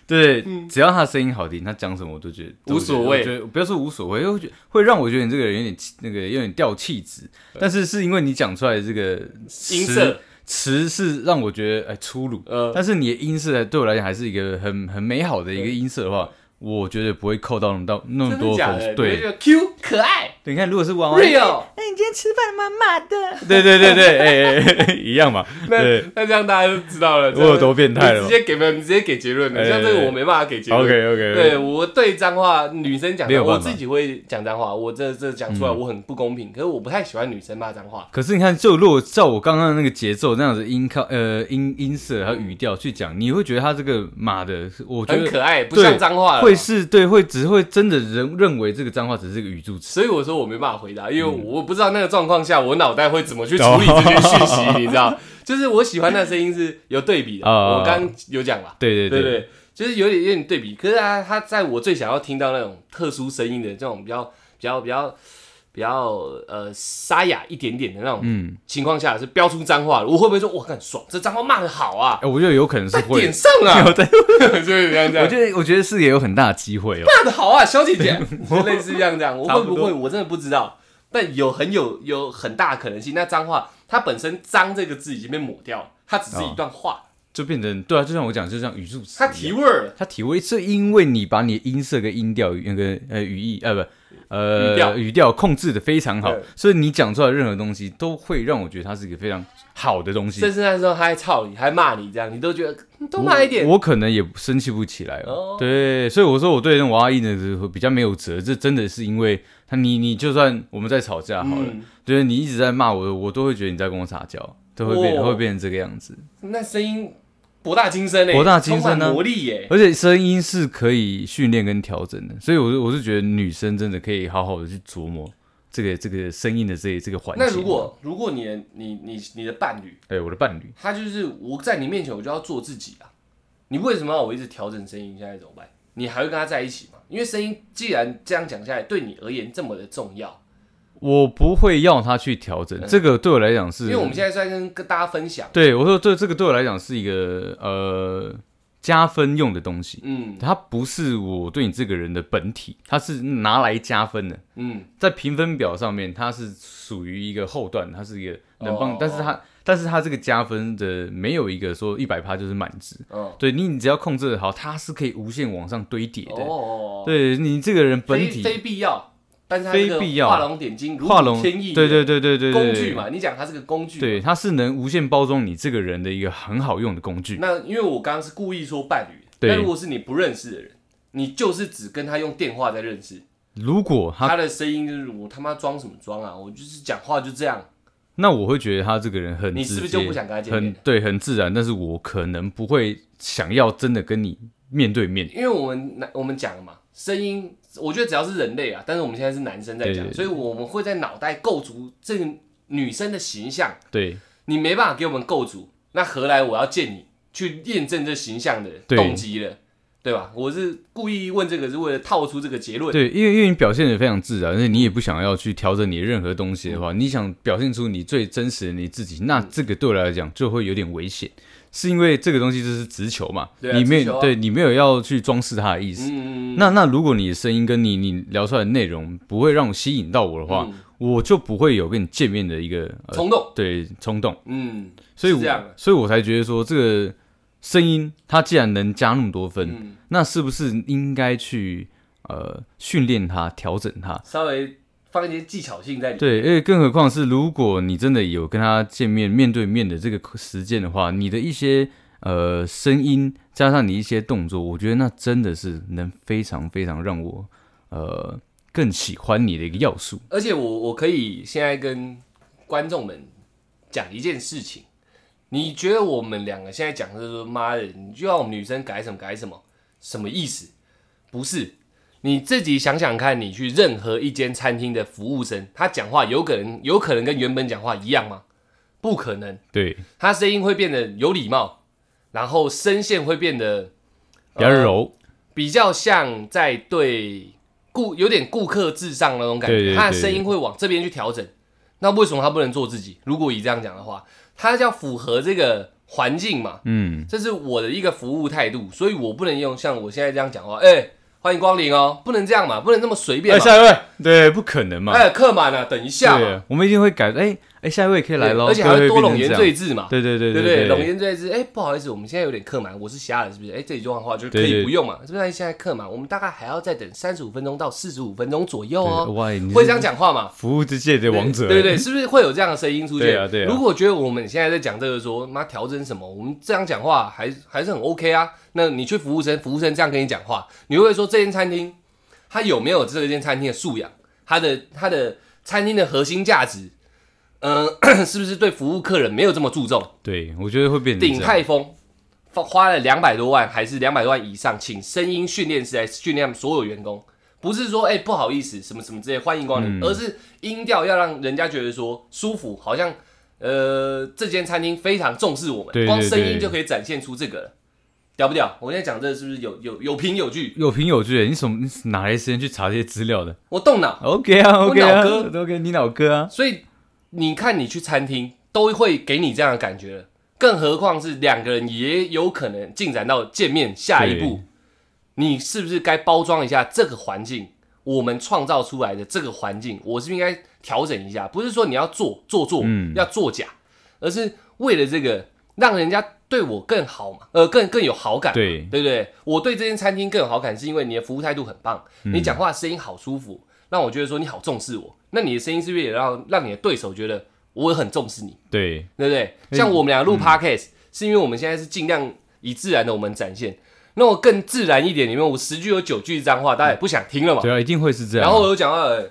[SPEAKER 1] 对，只要他声音好听，他讲什么我都觉得
[SPEAKER 2] 嗯无所谓
[SPEAKER 1] 我觉得不要说无所谓，会觉会让我觉得你这个人有点气那个有点掉气质，但是是因为你讲出来的这个
[SPEAKER 2] 音
[SPEAKER 1] 词
[SPEAKER 2] 色
[SPEAKER 1] 词是让我觉得哎粗鲁，
[SPEAKER 2] 呃
[SPEAKER 1] 但是你的音色对我来讲还是一个很很美好的一个音色的话，我觉得不会扣到那么到那么
[SPEAKER 2] 真的
[SPEAKER 1] 多
[SPEAKER 2] 假
[SPEAKER 1] 分
[SPEAKER 2] 的？
[SPEAKER 1] 数。
[SPEAKER 2] 你会
[SPEAKER 1] 对
[SPEAKER 2] 觉，得 Q 可爱
[SPEAKER 1] 对你看如果是娃娃，
[SPEAKER 2] ，real。
[SPEAKER 3] 那你今天吃饭麻麻的。
[SPEAKER 1] 对对对对，哎哎哎，一样嘛。
[SPEAKER 2] 那
[SPEAKER 1] 对
[SPEAKER 2] 那这样大家就知道了，
[SPEAKER 1] 我有多变态了
[SPEAKER 2] 你直接给没有，你直接给结论了。
[SPEAKER 1] 哎
[SPEAKER 2] 像这个我没办法给结论。
[SPEAKER 1] ，OK OK，
[SPEAKER 2] 对我对脏话，女生讲
[SPEAKER 1] 没有
[SPEAKER 2] 脏话，
[SPEAKER 1] 办
[SPEAKER 2] 我
[SPEAKER 1] 法嗯
[SPEAKER 2] 自己会讲脏话，我这这讲出来我很不公平，可是我不太喜欢女生骂脏话。
[SPEAKER 1] 可是你看，就如果照我刚刚那个节奏那样子音靠呃音音色还有语调去讲，你会觉得他这个马的，我觉
[SPEAKER 2] 很
[SPEAKER 1] 得
[SPEAKER 2] 可爱，不
[SPEAKER 1] 对
[SPEAKER 2] 像脏话了
[SPEAKER 1] 会是对，会只会真的人认为这个脏话只是个语助词。
[SPEAKER 2] 所以我说我没办法回答，因为
[SPEAKER 1] 嗯
[SPEAKER 2] 我不知道那个状况下我脑袋会怎 么去处理这些讯息，你知道？ 就是我喜欢那声音是有对比的，
[SPEAKER 1] 啊
[SPEAKER 2] 我刚有讲了，
[SPEAKER 1] 对
[SPEAKER 2] 对
[SPEAKER 1] 对
[SPEAKER 2] 对，就是有点有点对比。可是啊，他在我最想要听到那种特殊声音的这种比较比较比较比较呃沙哑一点点的那种
[SPEAKER 1] 嗯，
[SPEAKER 2] 情况下，是飙出脏话的，我会不会说我很爽？这脏话骂的好啊
[SPEAKER 1] 哎、，我觉得有可能是
[SPEAKER 2] 在
[SPEAKER 1] 会
[SPEAKER 2] 点，上 啊，
[SPEAKER 1] 有在
[SPEAKER 2] 就是这样这
[SPEAKER 1] 我
[SPEAKER 2] 样。
[SPEAKER 1] 觉得我觉得是也有很大的机 会哦。
[SPEAKER 2] 骂的好啊，小 姐姐，就类似这样这样，我
[SPEAKER 1] 差
[SPEAKER 2] 会
[SPEAKER 1] 不多
[SPEAKER 2] 不会我真的不知道，但有很有有很大可能性。那脏话它本身“脏”这个字已经被抹掉了，它只是一段话，
[SPEAKER 1] 就变成对啊，就像我讲，就像语助词一
[SPEAKER 2] 他
[SPEAKER 1] 样，
[SPEAKER 2] 提味儿了，
[SPEAKER 1] 它体味是因为你把你的音色跟音调那个呃语义呃不呃
[SPEAKER 2] 语调
[SPEAKER 1] 控制的非常好
[SPEAKER 2] 对，
[SPEAKER 1] 所以你讲出来的任何东西都会让我觉得它是一个非常好的东西。
[SPEAKER 2] 甚至那时候他还操你，还骂你这样，你都觉得嗯多骂一点
[SPEAKER 1] 我，我可能也生气不起来
[SPEAKER 2] 哦
[SPEAKER 1] 哦。对，所以我说我对那种娃娃音的时候比较没有辙，这真的是因为他你你就算我们在吵架好了，
[SPEAKER 2] 嗯
[SPEAKER 1] 就是你一直在骂我，我都会觉得你在跟我撒娇，都会变、
[SPEAKER 2] 哦
[SPEAKER 1] 会变成这个样子。
[SPEAKER 2] 那声音博大精深诶，欸
[SPEAKER 1] 博大精深啊
[SPEAKER 2] 充满魔力耶，
[SPEAKER 1] 而且声音是可以训练跟调整的，所以我是我是觉得女生真的可以好好的去琢磨这个这个声音的这这个环节。
[SPEAKER 2] 那如果如果你的你你你的伴侣，
[SPEAKER 1] 哎、我的伴侣，
[SPEAKER 2] 他就是我在你面前我就要做自己啊，你为什么要我一直调整声音？现在怎么办？你还会跟他在一起吗？因为声音既然这样讲下来，对你而言这么的重要，
[SPEAKER 1] 我不会要他去调整，这个对我来讲是，
[SPEAKER 2] 嗯因为我们现在是在跟跟大家分享，
[SPEAKER 1] 对我说对这个对我来讲是一个呃加分用的东西，
[SPEAKER 2] 嗯
[SPEAKER 1] 它不是我对你这个人的本体，它是拿来加分的。
[SPEAKER 2] 嗯，
[SPEAKER 1] 在评分表上面，它是属于一个后段，它是一个能帮，
[SPEAKER 2] 哦
[SPEAKER 1] 但是它但是它这个加分的没有一个说一百趴就是满值，
[SPEAKER 2] 哦
[SPEAKER 1] 对你只要控制的好，它是可以无限往上堆叠的。
[SPEAKER 2] 哦，
[SPEAKER 1] 对你这个人本
[SPEAKER 2] 非
[SPEAKER 1] 体
[SPEAKER 2] 非必要，但是他这个
[SPEAKER 1] 非必要
[SPEAKER 2] 画龙点睛，如
[SPEAKER 1] 画龙，
[SPEAKER 2] 虎添翼，
[SPEAKER 1] 对对对对对，对
[SPEAKER 2] 工具，嘛，你讲它是个工具，
[SPEAKER 1] 对，，它是能无限包装你这个人的一个很好用的工具。
[SPEAKER 2] 那因为我刚刚是故意说伴侣，
[SPEAKER 1] 对
[SPEAKER 2] 那如果是你不认识的人，你就是只跟他用电话在认识，
[SPEAKER 1] 如果他，
[SPEAKER 2] 他的声音就是我他妈装什么装啊，我就是讲话就这样，
[SPEAKER 1] 那我会觉得他这个人很
[SPEAKER 2] 你
[SPEAKER 1] 直接，
[SPEAKER 2] 是不是就不想跟他见
[SPEAKER 1] 很
[SPEAKER 2] 面？
[SPEAKER 1] 对，很自然，但是我可能不会想要真的跟你面对面。
[SPEAKER 2] 因为我们男我们讲了嘛，声音，我觉得只要是人类啊，但是我们现在是男生在讲，
[SPEAKER 1] 对
[SPEAKER 2] 所以我们会在脑袋构筑这个女生的形象，
[SPEAKER 1] 对
[SPEAKER 2] 你没办法给我们构筑，那何来我要见你去验证这形象的
[SPEAKER 1] 对
[SPEAKER 2] 动机了？对吧？我是故意问这个，是为了套出这个结论。
[SPEAKER 1] 对，因为因为你表现的非常自然，而且你也不想要去调整你任何东西的
[SPEAKER 2] 嗯
[SPEAKER 1] 话，你想表现出你最真实的你自己，那这个对我来讲就会有点危险，是因为这个东西就是直球嘛，
[SPEAKER 2] 对啊
[SPEAKER 1] 你没
[SPEAKER 2] 直球
[SPEAKER 1] 有
[SPEAKER 2] 啊
[SPEAKER 1] 对你没有要去装饰它的意思。
[SPEAKER 2] 嗯，
[SPEAKER 1] 那那如果你的声音跟你你聊出来的内容不会让我吸引到我的话，
[SPEAKER 2] 嗯
[SPEAKER 1] 我就不会有跟你见面的一个、呃、
[SPEAKER 2] 冲动，
[SPEAKER 1] 对冲动。
[SPEAKER 2] 嗯，
[SPEAKER 1] 所以
[SPEAKER 2] 是
[SPEAKER 1] 我
[SPEAKER 2] 这样的，
[SPEAKER 1] 所以我才觉得说，这个声音它既然能加那么多分，
[SPEAKER 2] 嗯，
[SPEAKER 1] 那是不是应该去呃训练它、调整它？
[SPEAKER 2] 稍微放一些技巧性在里面。
[SPEAKER 1] 对，而且更何况是如果你真的有跟他见面、面对面的这个时间的话，你的一些呃声音加上你一些动作，我觉得那真的是能非常非常让我呃更喜欢你的一个要素。
[SPEAKER 2] 而且我我可以现在跟观众们讲一件事情，你觉得我们两个现在讲的是说妈的，你就要我们女生改什么改什么，什么意思？不是，你自己想想看，你去任何一间餐厅的服务生，他讲话有可能有可能跟原本讲话一样吗？不可能，
[SPEAKER 1] 对，
[SPEAKER 2] 他声音会变得有礼貌，然后声线会变得
[SPEAKER 1] 比较
[SPEAKER 2] 呃
[SPEAKER 1] 柔，
[SPEAKER 2] 比较像在对顾有点顾客至上那种感觉，
[SPEAKER 1] 对对对
[SPEAKER 2] 他的声音会往这边去调整。那为什么他不能做自己？如果以这样讲的话，他要符合这个环境嘛，
[SPEAKER 1] 嗯，
[SPEAKER 2] 这是我的一个服务态度，所以我不能用像我现在这样讲话，哎、欢迎光临哦，不能这样嘛，不能那么随便
[SPEAKER 1] 哎，
[SPEAKER 2] 嘛，
[SPEAKER 1] 下一位，对，不可能嘛，
[SPEAKER 2] 哎、客满了、等一下嘛，
[SPEAKER 1] 对，我们一定会改，哎哎，下一位可以来喽，
[SPEAKER 2] 而且还会多拢
[SPEAKER 1] 言
[SPEAKER 2] 言对，峙嘛，
[SPEAKER 1] 对对对
[SPEAKER 2] 对不
[SPEAKER 1] 对
[SPEAKER 2] 对？龙岩这一只，哎，不好意思，我们现在有点客满，我是瞎了，是不是？哎，这几句话就是可
[SPEAKER 1] 对
[SPEAKER 2] 以
[SPEAKER 1] 对
[SPEAKER 2] 不用嘛，是不是？现在客满，我们大概还要再等三十五分钟到四十五分钟左右
[SPEAKER 1] 对
[SPEAKER 2] 哦，
[SPEAKER 1] 哇，你
[SPEAKER 2] 会
[SPEAKER 1] 是
[SPEAKER 2] 这样讲话嘛？
[SPEAKER 1] 服务之界的王者，欸哎
[SPEAKER 2] 对对对，是不是会有这样的声音出现？
[SPEAKER 1] 对啊对啊
[SPEAKER 2] 如果觉得我们现在在讲这个说，妈调整什么，我们这样讲话还还是很 OK 啊。那你去服务生，服务生这样跟你讲话，你会不会说这间餐厅它有没有这间餐厅的素养，它的它的餐厅的核心价值，嗯、 是不是对服务客人没有这么注重？
[SPEAKER 1] 对，我觉得会变成
[SPEAKER 2] 鼎
[SPEAKER 1] 这样
[SPEAKER 2] 泰丰花花了两百多万，还是两百万以上，请声音训练师来训练所有员工，不是说哎、不好意思什么什么之类欢迎光
[SPEAKER 1] 嗯
[SPEAKER 2] 临，而是音调要让人家觉得说舒服，好像呃这间餐厅非常重视我们，
[SPEAKER 1] 对对
[SPEAKER 2] 光声音
[SPEAKER 1] 对
[SPEAKER 2] 就可以展现出这个了，屌不屌？我现在讲这个是不是有有有凭有据？
[SPEAKER 1] 有凭有据，哎你什么你哪来时间去查这些资料的？
[SPEAKER 2] 我动脑，
[SPEAKER 1] OK 啊
[SPEAKER 2] 我
[SPEAKER 1] ，OK 啊
[SPEAKER 2] 脑哥
[SPEAKER 1] ，OK，你脑哥啊，
[SPEAKER 2] 所以你看，你去餐厅都会给你这样的感觉了，更何况是两个人也有可能进展到见面下一步
[SPEAKER 1] 对，
[SPEAKER 2] 你是不是该包装一下这个环境？我们创造出来的这个环境，我是不是应该调整一下？不是说你要做做做，
[SPEAKER 1] 嗯
[SPEAKER 2] 要作假，而是为了这个让人家对我更好嘛，呃，更更有好感嘛，
[SPEAKER 1] 对
[SPEAKER 2] 对不对？我对这间餐厅更有好感，是因为你的服务态度很棒，
[SPEAKER 1] 嗯
[SPEAKER 2] 你讲话的声音好舒服，让我觉得说你好重视我。那你的声音是不是也让让你的对手觉得我也很重视你，
[SPEAKER 1] 对
[SPEAKER 2] 对不
[SPEAKER 1] 哎
[SPEAKER 2] 对？像我们
[SPEAKER 1] 嗯
[SPEAKER 2] 俩录 podcast，、是因为我们现在是尽量以自然的我们展现，那我更自然一点，里面我十句有九句脏话，大家也不想听了嘛。
[SPEAKER 1] 对啊，一定会是这样。
[SPEAKER 2] 然后我有讲话，呃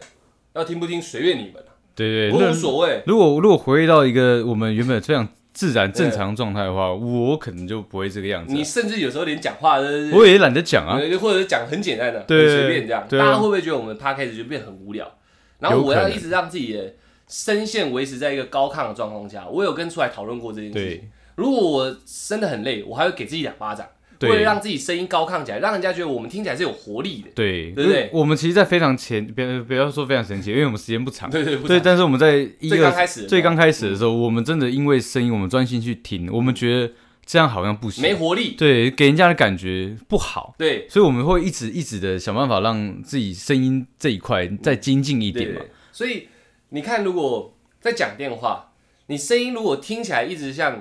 [SPEAKER 2] 要听不听随便你们，
[SPEAKER 1] 对对，
[SPEAKER 2] 我
[SPEAKER 1] 那
[SPEAKER 2] 无所谓。
[SPEAKER 1] 如果如果回到一个我们原本非常自然正常状态的话，我可能就不会这个样子啊、
[SPEAKER 2] 你甚至有时候连讲话都是
[SPEAKER 1] 我也懒得讲啊。
[SPEAKER 2] 呃，或者是讲很简单的，
[SPEAKER 1] 对
[SPEAKER 2] 很随便这样，
[SPEAKER 1] 对
[SPEAKER 2] 大
[SPEAKER 1] 啊
[SPEAKER 2] 家会不会觉得我们 podcast 就变很无聊？然后
[SPEAKER 1] 有可
[SPEAKER 2] 我要
[SPEAKER 1] 能
[SPEAKER 2] 一直让自己的声线维持在一个高亢的状况下。我有跟出来讨论过这件事情
[SPEAKER 1] 对。
[SPEAKER 2] 如果我真的很累，我还会给自己两巴掌，
[SPEAKER 1] 对
[SPEAKER 2] 为了让自己声音高亢起来，让人家觉得我们听起来是有活力的。
[SPEAKER 1] 对，
[SPEAKER 2] 对不对
[SPEAKER 1] 我们其实，在非常前，不要不要说非常前期，因为我们时间不长，
[SPEAKER 2] 对对不
[SPEAKER 1] 对，
[SPEAKER 2] 长
[SPEAKER 1] 但是我们在一
[SPEAKER 2] 最
[SPEAKER 1] 二
[SPEAKER 2] 刚开始的时候
[SPEAKER 1] 最刚开始的时候，我们真的因为声音，我们专心去听，我们觉得这样好像不行，
[SPEAKER 2] 没活力。
[SPEAKER 1] 对，给人家的感觉不好，
[SPEAKER 2] 对
[SPEAKER 1] 所以我们会一直一直的想办法让自己声音这一块再精进一
[SPEAKER 2] 对
[SPEAKER 1] 点嘛
[SPEAKER 2] 对，，所以你看，如果在讲电话，你声音如果听起来一直像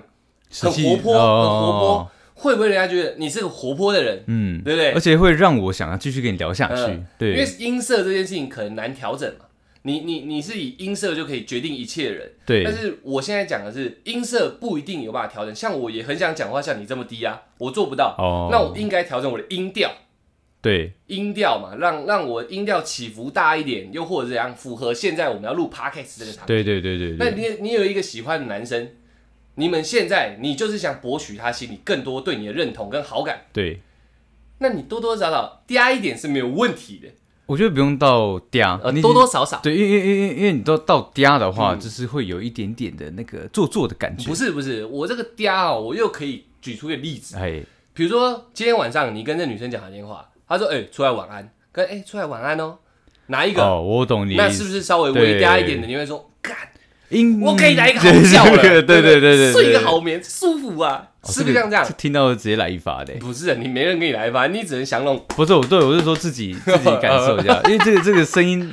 [SPEAKER 2] 很
[SPEAKER 1] 实际
[SPEAKER 2] 活泼、很活
[SPEAKER 1] 哦
[SPEAKER 2] 泼，会不会人家觉得你是个活泼的人？
[SPEAKER 1] 嗯，
[SPEAKER 2] 对不对
[SPEAKER 1] 而且会让我想要继续跟你聊下去
[SPEAKER 2] 嗯，因为
[SPEAKER 1] 对
[SPEAKER 2] 音色这件事情可能难调整嘛。你你你是以音色就可以决定一切的人，但
[SPEAKER 1] 对
[SPEAKER 2] 是我现在讲的是音色不一定有办法调整。像我也很想讲话像你这么低啊，我做不到。
[SPEAKER 1] 哦
[SPEAKER 2] 那我应该调整我的音调，
[SPEAKER 1] 对
[SPEAKER 2] 音调嘛，让让我音调起伏大一点，又或者怎样符合现在我们要录 podcast 这个场景。
[SPEAKER 1] 对对对对
[SPEAKER 2] 那
[SPEAKER 1] 对，
[SPEAKER 2] 你你有一个喜欢的男生，你们现在你就是想博取他心里更多对你的认同跟好感，
[SPEAKER 1] 对，
[SPEAKER 2] 那你多多少少嗲一点是没有问题的，
[SPEAKER 1] 我觉得不用到嗲
[SPEAKER 2] 呃，，
[SPEAKER 1] 你
[SPEAKER 2] 多多少少。
[SPEAKER 1] 对，因为因为因为因为你到到嗲的话，
[SPEAKER 2] 嗯
[SPEAKER 1] 就是会有一点点的那个做作的感觉。
[SPEAKER 2] 不是不是，我这个嗲哦，我又可以举出一个例子，
[SPEAKER 1] 哎，
[SPEAKER 2] 比如说今天晚上你跟这女生讲完电话，她说：“哎、出来晚安。”跟“哎、出来晚安哦。”哪一个？
[SPEAKER 1] 哦，我懂你的
[SPEAKER 2] 那
[SPEAKER 1] 意
[SPEAKER 2] 是不
[SPEAKER 1] 思。
[SPEAKER 2] 是稍微微嗲一点的？你会说：“干，
[SPEAKER 1] 因
[SPEAKER 2] 我可以来一个好觉
[SPEAKER 1] 对对
[SPEAKER 2] 了，
[SPEAKER 1] 对对对，
[SPEAKER 2] 睡一个好眠，舒服啊，
[SPEAKER 1] 哦，
[SPEAKER 2] 是不是像这样
[SPEAKER 1] 个？”听到直接来一发的。
[SPEAKER 2] 不是，你没人给你来吧？你只能想那种
[SPEAKER 1] 不是，我对我是说自己自己感受一下， 因为这个这个声音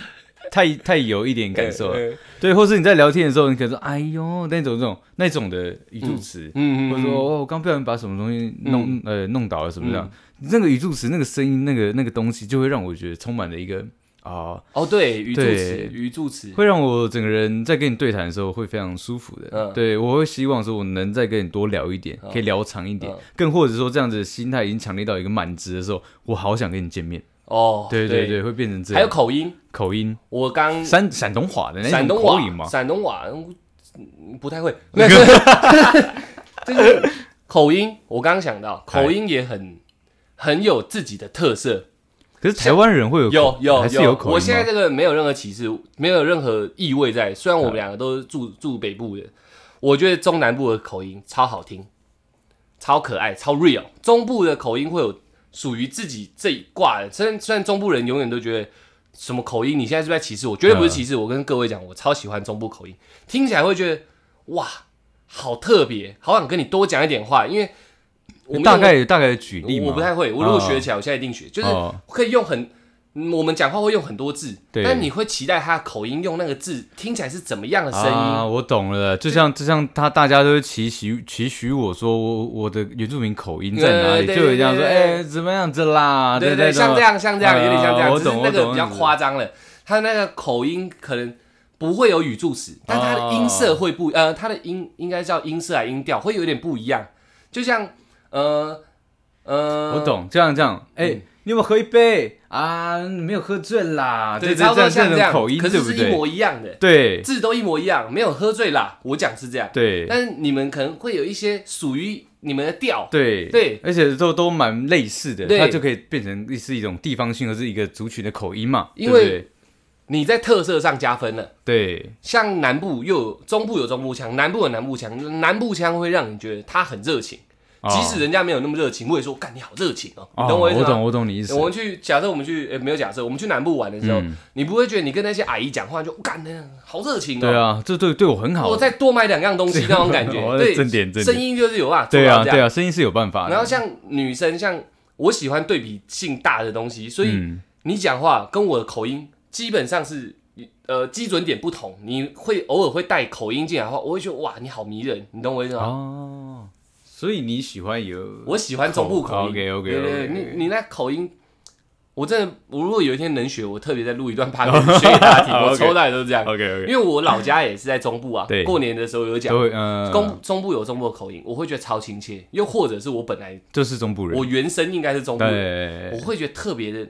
[SPEAKER 1] 太太有一点感受了。
[SPEAKER 2] 嗯
[SPEAKER 1] 对，或是你在聊天的时候，你可能说“哎呦”那种这种那种的语助词，
[SPEAKER 2] 嗯，
[SPEAKER 1] 或者说
[SPEAKER 2] 嗯
[SPEAKER 1] 哦，我刚不小心把什么东西弄、呃弄倒了什么这样，
[SPEAKER 2] 嗯
[SPEAKER 1] 那个语助词、那个声音、那个那个东西，就会让我觉得充满了一个啊、
[SPEAKER 2] 哦，对，语助词
[SPEAKER 1] 对，
[SPEAKER 2] 语助词，
[SPEAKER 1] 会让我整个人在跟你对谈的时候会非常舒服的。
[SPEAKER 2] 嗯
[SPEAKER 1] 对我会希望说我能再跟你多聊一点，可以聊长一点，
[SPEAKER 2] 嗯
[SPEAKER 1] 更或者说这样子的心态已经强烈到一个满值的时候，我好想跟你见面。
[SPEAKER 2] 哦，
[SPEAKER 1] 对对对，会变成这
[SPEAKER 2] 还有
[SPEAKER 1] 样。
[SPEAKER 2] 口音，
[SPEAKER 1] 口音，
[SPEAKER 2] 我刚
[SPEAKER 1] 山山东话的那
[SPEAKER 2] 山
[SPEAKER 1] 种
[SPEAKER 2] 东
[SPEAKER 1] 口音嘛
[SPEAKER 2] 话，，山东话嗯不 太会，那个 就是口音。我刚刚想到，口音也很很有自己的特色，
[SPEAKER 1] 可是台湾人会有
[SPEAKER 2] 有
[SPEAKER 1] 口
[SPEAKER 2] 有
[SPEAKER 1] 还是有口音吗
[SPEAKER 2] 我现在这个没有任何歧视，没有任何意味在。虽
[SPEAKER 1] 嗯
[SPEAKER 2] 然我们两个都是住住北部的，我觉得中南部的口音超好听，超可爱，超 real。中部的口音会有属于自己这一挂的，虽然虽然中部人永远都觉得。什么口音？你现在是不是在歧视我？绝
[SPEAKER 1] 嗯
[SPEAKER 2] 对不是歧视。我跟各位讲，我超喜欢中部口音，听起来会觉得哇，好特别，好想跟你多讲一点话，因为我们
[SPEAKER 1] 大概大概举例嘛，
[SPEAKER 2] 我不太会，我如果
[SPEAKER 1] 哦
[SPEAKER 2] 学起来，我现在一定学，就是
[SPEAKER 1] 哦
[SPEAKER 2] 可以用很，嗯我们讲话会用很多字，
[SPEAKER 1] 对
[SPEAKER 2] 但你会期待他的口音用那个字听起来是怎么样的声
[SPEAKER 1] 啊，
[SPEAKER 2] 音？
[SPEAKER 1] 我懂了，就像就像他大家都会期许期许我说我我的原住民口音在哪里，
[SPEAKER 2] 呃对
[SPEAKER 1] 就有这样说，
[SPEAKER 2] 对对对
[SPEAKER 1] 哎，怎么样子啦？
[SPEAKER 2] 对
[SPEAKER 1] 对
[SPEAKER 2] 对，像这。样像这样，
[SPEAKER 1] 啊
[SPEAKER 2] 有点像这样，
[SPEAKER 1] 我
[SPEAKER 2] 只是
[SPEAKER 1] 懂
[SPEAKER 2] 那
[SPEAKER 1] 我
[SPEAKER 2] 个
[SPEAKER 1] 懂
[SPEAKER 2] 比较
[SPEAKER 1] 我懂
[SPEAKER 2] 夸张了，他那个口音可能。不会有语助词，但它的音色会
[SPEAKER 1] 啊
[SPEAKER 2] 不、呃，它的音应该叫音色还是音调会有点不一样，就像呃呃，
[SPEAKER 1] 我懂，这样这样，哎、
[SPEAKER 2] 嗯
[SPEAKER 1] 你有没有喝一杯啊？没有喝醉啦，
[SPEAKER 2] 对，
[SPEAKER 1] 这
[SPEAKER 2] 差不多
[SPEAKER 1] 这
[SPEAKER 2] 像
[SPEAKER 1] 这
[SPEAKER 2] 样，
[SPEAKER 1] 种口音，
[SPEAKER 2] 可
[SPEAKER 1] 对
[SPEAKER 2] 是
[SPEAKER 1] 不
[SPEAKER 2] 是一
[SPEAKER 1] 对？
[SPEAKER 2] 模一样的，
[SPEAKER 1] 对
[SPEAKER 2] 字都一模一样，没有喝醉啦，我讲是这样，
[SPEAKER 1] 对
[SPEAKER 2] 但是你们可能会有一些属于你们的调，
[SPEAKER 1] 对
[SPEAKER 2] 对
[SPEAKER 1] 而且都都蛮类似的，
[SPEAKER 2] 对
[SPEAKER 1] 它就可以变成是一种地方性，或是一个族群的口音嘛，
[SPEAKER 2] 因为你在特色上加分了。
[SPEAKER 1] 对不对
[SPEAKER 2] 像南部又有中部有中部腔，南部有南部腔，南部腔会让你觉得他很热情，
[SPEAKER 1] 对，
[SPEAKER 2] 即使
[SPEAKER 1] 哦
[SPEAKER 2] 人家没有那么热情，我也说干你好热情哦，
[SPEAKER 1] 哦
[SPEAKER 2] 你懂我意思
[SPEAKER 1] 我
[SPEAKER 2] 吗？
[SPEAKER 1] 懂我懂你意思
[SPEAKER 2] 我，们去假设我们去，呃，没有假设，我们去南部玩的时候，
[SPEAKER 1] 嗯
[SPEAKER 2] 你不会觉得你跟那些阿姨讲话就干呢，好热情哦，
[SPEAKER 1] 对啊，这对对我很好
[SPEAKER 2] 我，再多买两样东西那种 感觉，
[SPEAKER 1] 哦
[SPEAKER 2] 对，
[SPEAKER 1] 正点正点
[SPEAKER 2] 声音就是有办法做
[SPEAKER 1] 对
[SPEAKER 2] 到
[SPEAKER 1] 啊
[SPEAKER 2] 这样
[SPEAKER 1] 对。啊，声音是有办法的，
[SPEAKER 2] 然后像女生，像我喜欢对比性大的东西，所以
[SPEAKER 1] 嗯，
[SPEAKER 2] 你讲话跟我的口音基本上是呃基准点不同，你会偶尔会带口音进来的话，我会觉得哇你好迷人，你懂我意思吗？
[SPEAKER 1] 哦，所以你喜欢有
[SPEAKER 2] 我喜欢中部口音。
[SPEAKER 1] OK，OK，OK，
[SPEAKER 2] 对对对
[SPEAKER 1] OK，
[SPEAKER 2] 你你那口音，我真的，我如果有一天能学，我特别再录一段 p o d 学给大 家听。我
[SPEAKER 1] OK
[SPEAKER 2] 抽到也都是这样，
[SPEAKER 1] OK OK，
[SPEAKER 2] 因为我老家也是在中部啊
[SPEAKER 1] 对。
[SPEAKER 2] 过年的时候有讲
[SPEAKER 1] 都，会呃，
[SPEAKER 2] 中中部有中部的口音，我会觉得超亲切。又或者是我本来
[SPEAKER 1] 就是中部人，
[SPEAKER 2] 我原生应该是中部
[SPEAKER 1] 对
[SPEAKER 2] 人，
[SPEAKER 1] 对。
[SPEAKER 2] 我
[SPEAKER 1] 对
[SPEAKER 2] 会觉得特别的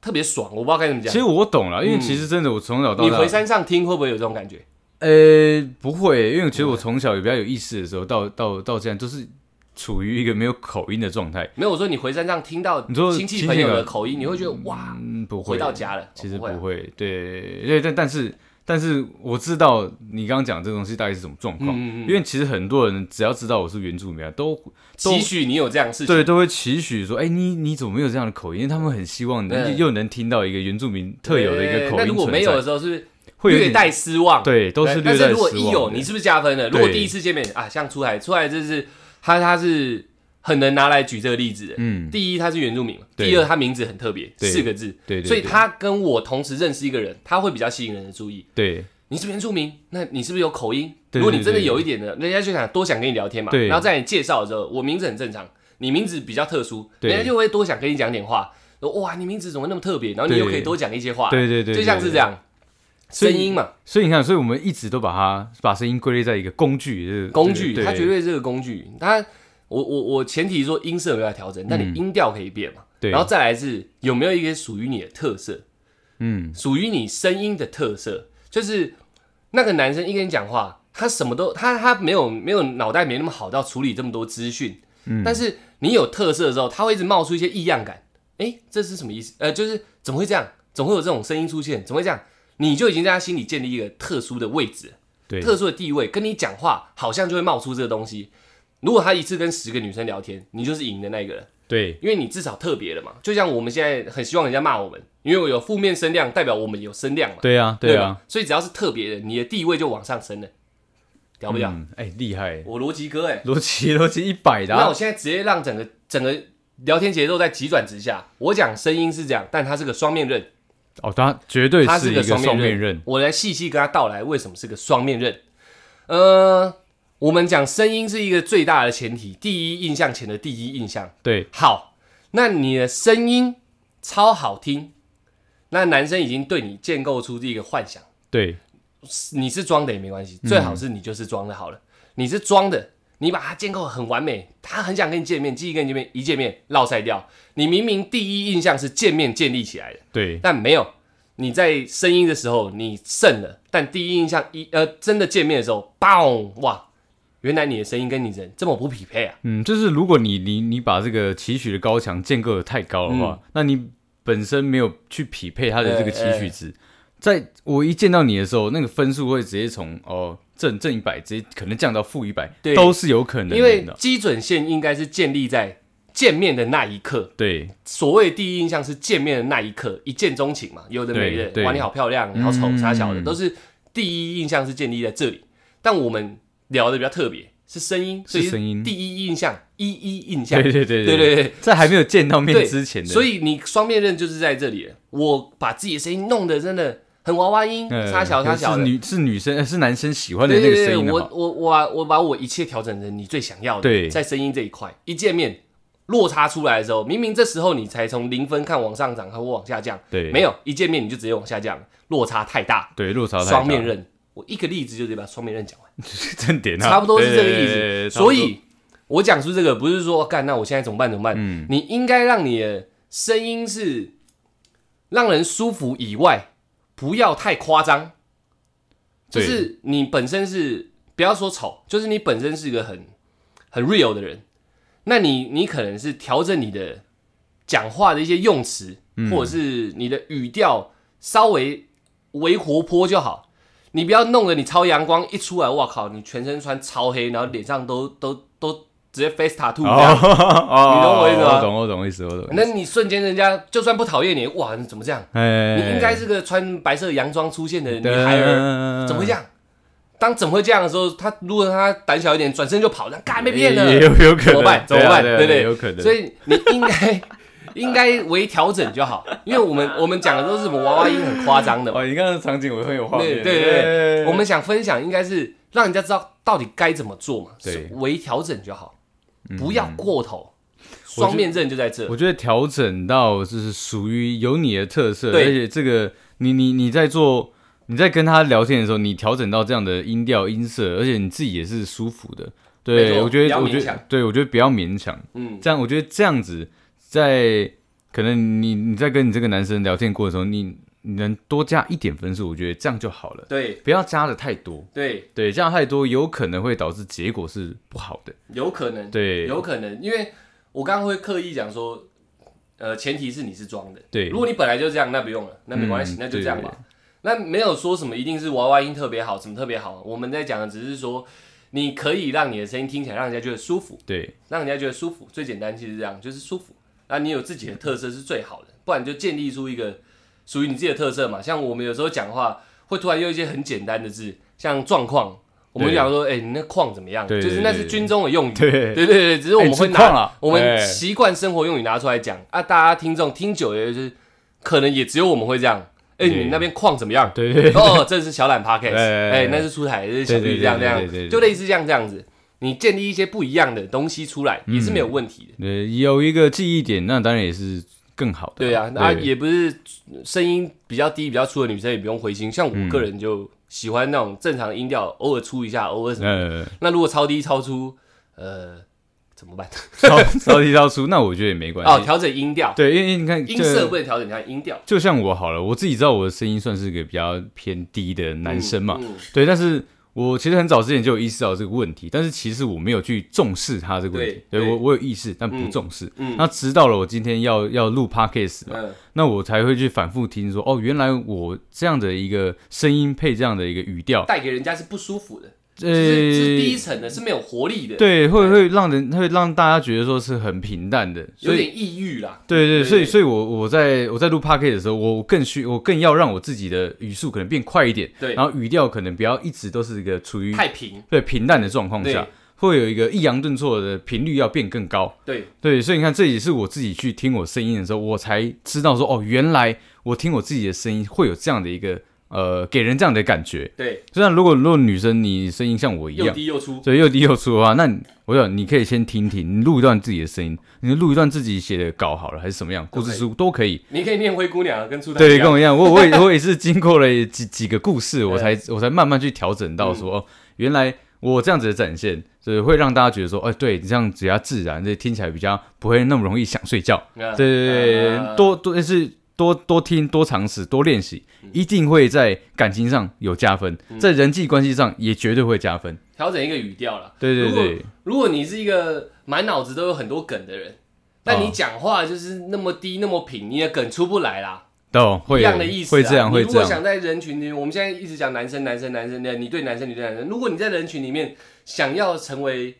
[SPEAKER 2] 特别爽。我不知道该怎么
[SPEAKER 1] 其实
[SPEAKER 2] 讲。嗯
[SPEAKER 1] 我懂了，因为其实真的我从小到
[SPEAKER 2] 你回
[SPEAKER 1] 大，
[SPEAKER 2] 山上听会不会有这种感觉？
[SPEAKER 1] 呃，不会，因为其实我从小也比较有意识的时候，到到到现在都是处于一个没有口音的状态。
[SPEAKER 2] 没有，我说你回山上听到
[SPEAKER 1] 你说
[SPEAKER 2] 亲戚
[SPEAKER 1] 亲戚
[SPEAKER 2] 朋友
[SPEAKER 1] 的
[SPEAKER 2] 的口音，你会觉得哇，
[SPEAKER 1] 嗯，不会
[SPEAKER 2] 回，到家了。
[SPEAKER 1] 其实
[SPEAKER 2] 不
[SPEAKER 1] 不
[SPEAKER 2] 会啊，
[SPEAKER 1] 会，对对，但但是但是我知道你刚刚讲这东西大概是什么状况，
[SPEAKER 2] 嗯嗯嗯
[SPEAKER 1] 因为其实很多人只要知道我是原住民啊，都都
[SPEAKER 2] 期许你有这样的事情。
[SPEAKER 1] 对，都会期许说，哎、你你怎么没有这样的口音？因为他们很希望能、
[SPEAKER 2] 嗯
[SPEAKER 1] 又能听到一个原住民特有的一个口音存在。
[SPEAKER 2] 那如果没有的时候，是不是
[SPEAKER 1] 会有
[SPEAKER 2] 略
[SPEAKER 1] 点
[SPEAKER 2] 带失望？
[SPEAKER 1] 对，都是
[SPEAKER 2] 对
[SPEAKER 1] 略
[SPEAKER 2] 但是
[SPEAKER 1] 带
[SPEAKER 2] 如果
[SPEAKER 1] 失
[SPEAKER 2] 一
[SPEAKER 1] 望
[SPEAKER 2] 有，
[SPEAKER 1] 的
[SPEAKER 2] 你是不是加分了？如果
[SPEAKER 1] 对
[SPEAKER 2] 第一次见面啊，像出海，出海就是他他是很能拿来举这个例子的。
[SPEAKER 1] 嗯，
[SPEAKER 2] 第一，他是原住民嘛；
[SPEAKER 1] 对
[SPEAKER 2] 第二，他名字很特别，
[SPEAKER 1] 对
[SPEAKER 2] 四个字，
[SPEAKER 1] 对对对
[SPEAKER 2] 所以他跟我同时认识一个人，他会比较吸引人的注意。
[SPEAKER 1] 对
[SPEAKER 2] 你是原住民，那你是不是有口音？
[SPEAKER 1] 对
[SPEAKER 2] 如果你真
[SPEAKER 1] 对
[SPEAKER 2] 的
[SPEAKER 1] 对
[SPEAKER 2] 有一点的，人家就想多想跟你聊天嘛。
[SPEAKER 1] 对
[SPEAKER 2] 然后在你介绍的时候，我名字很正常，你名字比较特殊，
[SPEAKER 1] 对
[SPEAKER 2] 人家就会多想跟你讲点话。说哇，你名字怎么那么特别？然后你
[SPEAKER 1] 对
[SPEAKER 2] 又可以多讲一些话，
[SPEAKER 1] 对对对，
[SPEAKER 2] 就像是这。样，
[SPEAKER 1] 所
[SPEAKER 2] 声
[SPEAKER 1] 以
[SPEAKER 2] 音嘛，
[SPEAKER 1] 所以你看，所以我们一直都把它把声音归类在一个工具，就是
[SPEAKER 2] 工具，
[SPEAKER 1] 对
[SPEAKER 2] 它绝对是个工具。它，我我我前提说音色有没有调整，但你音调可以变嘛？
[SPEAKER 1] 嗯对
[SPEAKER 2] 然后再来是有没有一个属于你的特色，
[SPEAKER 1] 嗯，
[SPEAKER 2] 属于你声音的特色，就是那个男生一跟你讲话，他什么都他他没有没有脑袋没那么好到处理这么多资讯，
[SPEAKER 1] 嗯
[SPEAKER 2] 但是你有特色的时候，他会一直冒出一些异样感。诶，这是什么意思？呃，就是怎么会这样？怎么会有这种声音出现？怎么会这样？你就已经在他心里建立一个特殊的位置了。
[SPEAKER 1] 对
[SPEAKER 2] 特殊的地位，跟你讲话好像就会冒出这个东西。如果他一次跟十个女生聊天，你就是赢的那个人，
[SPEAKER 1] 对
[SPEAKER 2] 因为你至少特别了嘛。就像我们现在很希望人家骂我们，因为我有负面声量，代表我们有声量嘛，
[SPEAKER 1] 对啊
[SPEAKER 2] 对
[SPEAKER 1] 对
[SPEAKER 2] 吧
[SPEAKER 1] 啊，？
[SPEAKER 2] 所以只要是特别人，你的地位就往上升了，屌不屌？
[SPEAKER 1] 嗯，哎，厉害，
[SPEAKER 2] 我逻辑哥哎、欸，
[SPEAKER 1] 逻辑逻辑一百的
[SPEAKER 2] 那
[SPEAKER 1] 啊
[SPEAKER 2] 我，现在直接让整个整个聊天节奏在急转直下。我讲声音是这样，但它是个双面刃，
[SPEAKER 1] 哦，他绝对
[SPEAKER 2] 他
[SPEAKER 1] 是
[SPEAKER 2] 是
[SPEAKER 1] 一
[SPEAKER 2] 个
[SPEAKER 1] 个
[SPEAKER 2] 双
[SPEAKER 1] 双面
[SPEAKER 2] 面
[SPEAKER 1] 刃
[SPEAKER 2] 刃，。我来细细跟他道来为什么是个双面刃。呃，我们讲声音是一个最大的前提，第一印象前的第一印象。
[SPEAKER 1] 对
[SPEAKER 2] 好，那你的声音超好听，那男生已经对你建构出这个幻想，
[SPEAKER 1] 对
[SPEAKER 2] 你是装的也没关系，最好是你就是装的好了。你是装的，你把它建构得很完美，他很想跟你见面，记忆跟你见面，一见面落塞掉。你明明第一印象是见面建立起来的。
[SPEAKER 1] 对
[SPEAKER 2] 但没有你在声音的时候你胜了，但第一印象一呃真的见面的时候，嘣哇，原来你的声音跟你人这么不匹配啊！
[SPEAKER 1] 嗯，就是如果你你你把这个期许的高墙建构的太高的
[SPEAKER 2] 嗯
[SPEAKER 1] 话，那你本身没有去匹配他的这个期许
[SPEAKER 2] 哎
[SPEAKER 1] 值，在我一见到你的时候，那个分数会直接从哦正正一百直接可能降到负一百
[SPEAKER 2] 对，
[SPEAKER 1] 都是有可能的。
[SPEAKER 2] 因为基准线应该是建立在见面的那一刻，
[SPEAKER 1] 对
[SPEAKER 2] 所谓第一印象是见面的那一刻，一见钟情嘛，有的没
[SPEAKER 1] 对
[SPEAKER 2] 的，
[SPEAKER 1] 对
[SPEAKER 2] 哇你好漂亮，你好丑，
[SPEAKER 1] 嗯
[SPEAKER 2] 啥小的，都是第一印象是建立在这里。但我们聊的比较特别，是声音，所以
[SPEAKER 1] 是声音
[SPEAKER 2] 第一印象，一一印象，
[SPEAKER 1] 对 对对
[SPEAKER 2] 对对对，
[SPEAKER 1] 在还没有见到面
[SPEAKER 2] 对
[SPEAKER 1] 之前的，
[SPEAKER 2] 所以你双面刃就是在这里了。我把自己的声音弄得真的很娃娃音，
[SPEAKER 1] 呃
[SPEAKER 2] 差小差小
[SPEAKER 1] 是
[SPEAKER 2] 的。
[SPEAKER 1] 女是女生呃是男生喜欢的
[SPEAKER 2] 对
[SPEAKER 1] 那
[SPEAKER 2] 对
[SPEAKER 1] 个
[SPEAKER 2] 对，
[SPEAKER 1] 声音的
[SPEAKER 2] 我
[SPEAKER 1] 嘛，
[SPEAKER 2] 我我把我把我一切调整成你最想要的，
[SPEAKER 1] 对
[SPEAKER 2] 在声音这一块，一见面落差出来的时候，明明这时候你才从零分看往上涨，看我往下降，
[SPEAKER 1] 对
[SPEAKER 2] 没有一见面你就直接往下降，落差太大，
[SPEAKER 1] 对落差太大
[SPEAKER 2] 双 面刃。我一个例子就直接把双面刃讲完，
[SPEAKER 1] 正点啊，
[SPEAKER 2] 差不多是这个
[SPEAKER 1] 对对对
[SPEAKER 2] 意思。
[SPEAKER 1] 对差不多
[SPEAKER 2] 所以我讲出这个不是说哦干，那我现在怎么办？怎么办？
[SPEAKER 1] 嗯
[SPEAKER 2] 你应该让你的声音是让人舒服以外，不要太夸张。就
[SPEAKER 1] 对
[SPEAKER 2] 是你本身是不要说丑，就是你本身是一个很很 real 的人，那你你可能是调整你的讲话的一些用词，
[SPEAKER 1] 嗯
[SPEAKER 2] 或者是你的语调稍微微活泼就好。你不要弄得你超阳光一出来，哇靠！你全身穿超黑，然后脸上都都都直接 face tattoo 这样，
[SPEAKER 1] 哦，
[SPEAKER 2] 你懂我意思吗
[SPEAKER 1] 懂我懂意思，我懂。
[SPEAKER 2] 那你瞬间人家就算不讨厌你，哇，你怎么这样？
[SPEAKER 1] 哎
[SPEAKER 2] 你应该是个穿白色洋装出现的女
[SPEAKER 1] 对
[SPEAKER 2] 孩儿，怎么会这样？当怎么会这样的时候，他如果他胆小一点，转身就跑，那干被骗
[SPEAKER 1] 也有
[SPEAKER 2] 了，
[SPEAKER 1] 有可能
[SPEAKER 2] 怎么办？怎
[SPEAKER 1] 对
[SPEAKER 2] 么
[SPEAKER 1] 啊
[SPEAKER 2] 办？
[SPEAKER 1] 对啊
[SPEAKER 2] 对不对？
[SPEAKER 1] 有可能。
[SPEAKER 2] 所
[SPEAKER 1] 以
[SPEAKER 2] 以你应该 应该微调整就好，因为我们我们讲的都是什么娃娃音很夸张 的嘛，
[SPEAKER 1] 哦，你刚刚的场景我很有画
[SPEAKER 2] 对
[SPEAKER 1] 面。
[SPEAKER 2] 对
[SPEAKER 1] 哎
[SPEAKER 2] 对，我们想分享应该是让人家知道到底该怎么做嘛，
[SPEAKER 1] 对嗯
[SPEAKER 2] 是微调整就好。不要过头。双面刃就在这，
[SPEAKER 1] 我觉得调整到就是属于有你的特色，
[SPEAKER 2] 对
[SPEAKER 1] 而且这个你你你在做你在跟他聊天的时候，你调整到这样的音调音色，而且你自己也是舒服的。
[SPEAKER 2] 没
[SPEAKER 1] 对，
[SPEAKER 2] 错
[SPEAKER 1] 我觉得
[SPEAKER 2] 不要
[SPEAKER 1] 我觉
[SPEAKER 2] 勉强
[SPEAKER 1] 得对，我觉得不要勉强。
[SPEAKER 2] 嗯，
[SPEAKER 1] 这样我觉得这样子在可能你你在跟你这个男生聊天过的时候，你你能多加一点分数，我觉得这样就好了，
[SPEAKER 2] 对
[SPEAKER 1] 不要加的太多。
[SPEAKER 2] 对，
[SPEAKER 1] 对，这样太多有可能会导致结果是不好的。
[SPEAKER 2] 有可能，
[SPEAKER 1] 对
[SPEAKER 2] 有可能，因为我刚刚会刻意讲说，呃，前提是你是装的，
[SPEAKER 1] 对
[SPEAKER 2] 如果你本来就这样，那不用了，那没关系
[SPEAKER 1] 嗯，
[SPEAKER 2] 那就这样吧。那没有说什么一定是娃娃音特别好，什么特别好，我们在讲的只是说，你可以让你的声音听起来让人家觉得舒服，
[SPEAKER 1] 对，
[SPEAKER 2] 让人家觉得舒服，最简单其实这样，就是舒服。那你有自己的特色是最好的，不然就建立出一个属于你自己的特色嘛。像我们有时候讲话会突然用一些很简单的字，像状况，我们
[SPEAKER 1] 对
[SPEAKER 2] 讲说，哎、你那况怎么样？
[SPEAKER 1] 对
[SPEAKER 2] 就是那是军中的用语。
[SPEAKER 1] 对
[SPEAKER 2] 对对对，只是我们会
[SPEAKER 1] 哎状
[SPEAKER 2] 拿、
[SPEAKER 1] 况啊
[SPEAKER 2] 我们
[SPEAKER 1] 哎
[SPEAKER 2] 习惯生活用语拿出来讲啊，大家听众听久了就是，可能也只有我们会这样。哎、
[SPEAKER 1] 对
[SPEAKER 2] 你那边况怎么样？
[SPEAKER 1] 对对
[SPEAKER 2] 哦，这是小懒 podcast，
[SPEAKER 1] 哎
[SPEAKER 2] 哎、那是出台，这是小
[SPEAKER 1] 对
[SPEAKER 2] 绿
[SPEAKER 1] 对
[SPEAKER 2] 这样这
[SPEAKER 1] 对
[SPEAKER 2] 样
[SPEAKER 1] 对对，对
[SPEAKER 2] 就类似这样这样子，你建立一些不一样的东西出来也是没有问题的。
[SPEAKER 1] 呃，有一个记忆点，那当然也是更好的。
[SPEAKER 2] 对啊，那也不是声音比较低、比较粗的女生也不用灰心。像我个人就喜欢那种正常音调，偶尔粗一下，偶尔什么。
[SPEAKER 1] 呃，
[SPEAKER 2] 那如果超低、超粗，呃，怎么办？
[SPEAKER 1] 超 超低超粗，那我觉得也没关
[SPEAKER 2] 哦，
[SPEAKER 1] 系。
[SPEAKER 2] 调整音调，
[SPEAKER 1] 对，因为因为你看
[SPEAKER 2] 音色
[SPEAKER 1] 这
[SPEAKER 2] 不能调整，调整音调。
[SPEAKER 1] 就像我好了，我自己知道我的声音算是个比较偏低的男生嘛，
[SPEAKER 2] 嗯嗯
[SPEAKER 1] 对，但是我其实很早之前就有意识到这个问题，但是其实我没有去重视它这个问题，
[SPEAKER 2] 对
[SPEAKER 1] 对
[SPEAKER 2] 对
[SPEAKER 1] 我我有意识，但不重视。
[SPEAKER 2] 嗯
[SPEAKER 1] 那直到了我今天要要录 podcast 嘛，
[SPEAKER 2] 嗯，
[SPEAKER 1] 那我才会去反复听说，哦，原来我这样的一个声音配这样的一个语调，
[SPEAKER 2] 带给人家是不舒服的，
[SPEAKER 1] 呃
[SPEAKER 2] 是是低沉的，是没有活力的，，
[SPEAKER 1] 对，会会让人会让大家觉得说是很平淡的，
[SPEAKER 2] 有
[SPEAKER 1] 所以
[SPEAKER 2] 点抑郁啦。
[SPEAKER 1] 对对，所
[SPEAKER 2] 对
[SPEAKER 1] 以所以我我在我在录 p o c a s t 的时候，我更需我更要让我自己的语速可能变快一点，
[SPEAKER 2] 对
[SPEAKER 1] 然后语调可能不要一直都是一个处于
[SPEAKER 2] 太平，
[SPEAKER 1] 对平淡的状况下
[SPEAKER 2] 对，
[SPEAKER 1] 会有一个抑扬顿挫的频率要变更高。
[SPEAKER 2] 对，
[SPEAKER 1] 对，所以你看，这也是我自己去听我声音的时候，我才知道说，哦，原来我听我自己的声音会有这样的一个呃，给人这样的感觉。
[SPEAKER 2] 对，
[SPEAKER 1] 虽然如果如果女生你声音像我一
[SPEAKER 2] 又
[SPEAKER 1] 样，
[SPEAKER 2] 低又粗，
[SPEAKER 1] 所以又低又粗的话，那你我想你可以先听听，你录一段自己的声音，你录一段自己写的稿好了，还是什么样，故事书都可以。
[SPEAKER 2] 你可以念灰姑娘跟出台一
[SPEAKER 1] 对，
[SPEAKER 2] 样
[SPEAKER 1] 跟我一样，我我也我也是经过了几几个故事，我才我才慢慢去调整
[SPEAKER 2] 嗯
[SPEAKER 1] 到说，哦，原来我这样子的展现，就是会让大家觉得说，哎，对，你这样比较自然，这听起来比较不会那么容易想睡觉。
[SPEAKER 2] 啊
[SPEAKER 1] 对对
[SPEAKER 2] 啊
[SPEAKER 1] 对，多多是多多听、多尝试、多练习，
[SPEAKER 2] 嗯
[SPEAKER 1] 一定会在感情上有加分，在人际关系上也绝对会加分。
[SPEAKER 2] 调整一个语调啦。
[SPEAKER 1] 对对
[SPEAKER 2] 如
[SPEAKER 1] 对
[SPEAKER 2] 果。如果你是一个满脑子都有很多梗的人，但
[SPEAKER 1] 哦
[SPEAKER 2] 你讲话就是那么低那么平，你的梗出不来啦，
[SPEAKER 1] 懂，会
[SPEAKER 2] 一样
[SPEAKER 1] 有
[SPEAKER 2] 的意思啊。
[SPEAKER 1] 会这样，
[SPEAKER 2] 你
[SPEAKER 1] 会
[SPEAKER 2] 如
[SPEAKER 1] 这
[SPEAKER 2] 果
[SPEAKER 1] 样，
[SPEAKER 2] 想在人群里面，我们现在一直讲男生男生男生的，你对男生你对男生，如果你在人群里面想要成为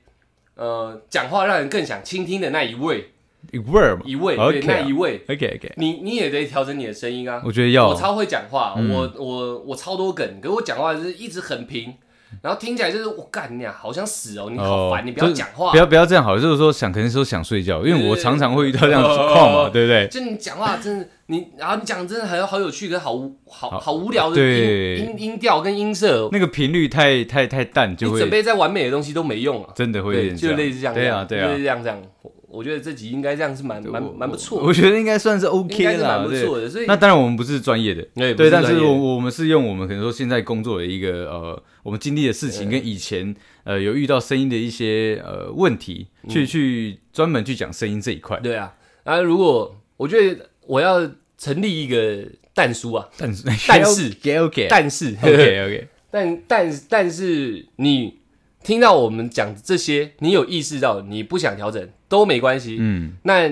[SPEAKER 2] 呃讲话让人更想倾听的那一位
[SPEAKER 1] 一味儿嘛，
[SPEAKER 2] 一位
[SPEAKER 1] OK
[SPEAKER 2] 对
[SPEAKER 1] 啊
[SPEAKER 2] 那一位，
[SPEAKER 1] OK OK，
[SPEAKER 2] 你你也得调整你的声音啊。
[SPEAKER 1] 我觉得要
[SPEAKER 2] 我超会讲话，
[SPEAKER 1] 嗯
[SPEAKER 2] 我我我超多梗，可我讲话就是一直很平，然后听起来就是我干你啊，好想死哦，你好烦，
[SPEAKER 1] 哦
[SPEAKER 2] 你不要
[SPEAKER 1] 就是
[SPEAKER 2] 讲话
[SPEAKER 1] 不，要不要这样好了，就是说想，可能说想睡觉，因为我常常会遇到这样的
[SPEAKER 2] 对
[SPEAKER 1] 情
[SPEAKER 2] 对对
[SPEAKER 1] 况
[SPEAKER 2] 哦
[SPEAKER 1] 嘛，对不对？
[SPEAKER 2] 就你讲话真的你，然后你讲真的很好有趣，跟好无好好无聊的
[SPEAKER 1] 对
[SPEAKER 2] 音音音调跟音色，
[SPEAKER 1] 那个频率太太太淡，就
[SPEAKER 2] 你准
[SPEAKER 1] 会
[SPEAKER 2] 备再完美的东西都没用啊。
[SPEAKER 1] 真的会有
[SPEAKER 2] 对，
[SPEAKER 1] 点
[SPEAKER 2] 就类似这样，
[SPEAKER 1] 对啊对
[SPEAKER 2] 就类
[SPEAKER 1] 啊
[SPEAKER 2] 似，这样这样。我我觉得这集应该这样是蛮蛮
[SPEAKER 1] 我
[SPEAKER 2] 蛮不错
[SPEAKER 1] 我
[SPEAKER 2] 的，
[SPEAKER 1] 我觉得应该算是 OK
[SPEAKER 2] 应该是蛮
[SPEAKER 1] 啦，
[SPEAKER 2] 不
[SPEAKER 1] 对。
[SPEAKER 2] 错的。所以哎
[SPEAKER 1] 那当然，我们不是专业的，
[SPEAKER 2] 对不
[SPEAKER 1] 对，
[SPEAKER 2] 是
[SPEAKER 1] 但是
[SPEAKER 2] 专业
[SPEAKER 1] 我我们是用我们可能说现在工作的一个呃，我们经历的事情跟以前呃有遇到声音的一些呃问题，
[SPEAKER 2] 嗯
[SPEAKER 1] 去去专门去讲声音这一块。
[SPEAKER 2] 对啊，啊，如果我觉得我要成立一个蛋叔啊，
[SPEAKER 1] 但是
[SPEAKER 2] 但是
[SPEAKER 1] OK OK
[SPEAKER 2] 但是
[SPEAKER 1] OK OK，
[SPEAKER 2] 但但但是你听到我们讲这些，你有意识到你不想调整都没关系。
[SPEAKER 1] 嗯，
[SPEAKER 2] 那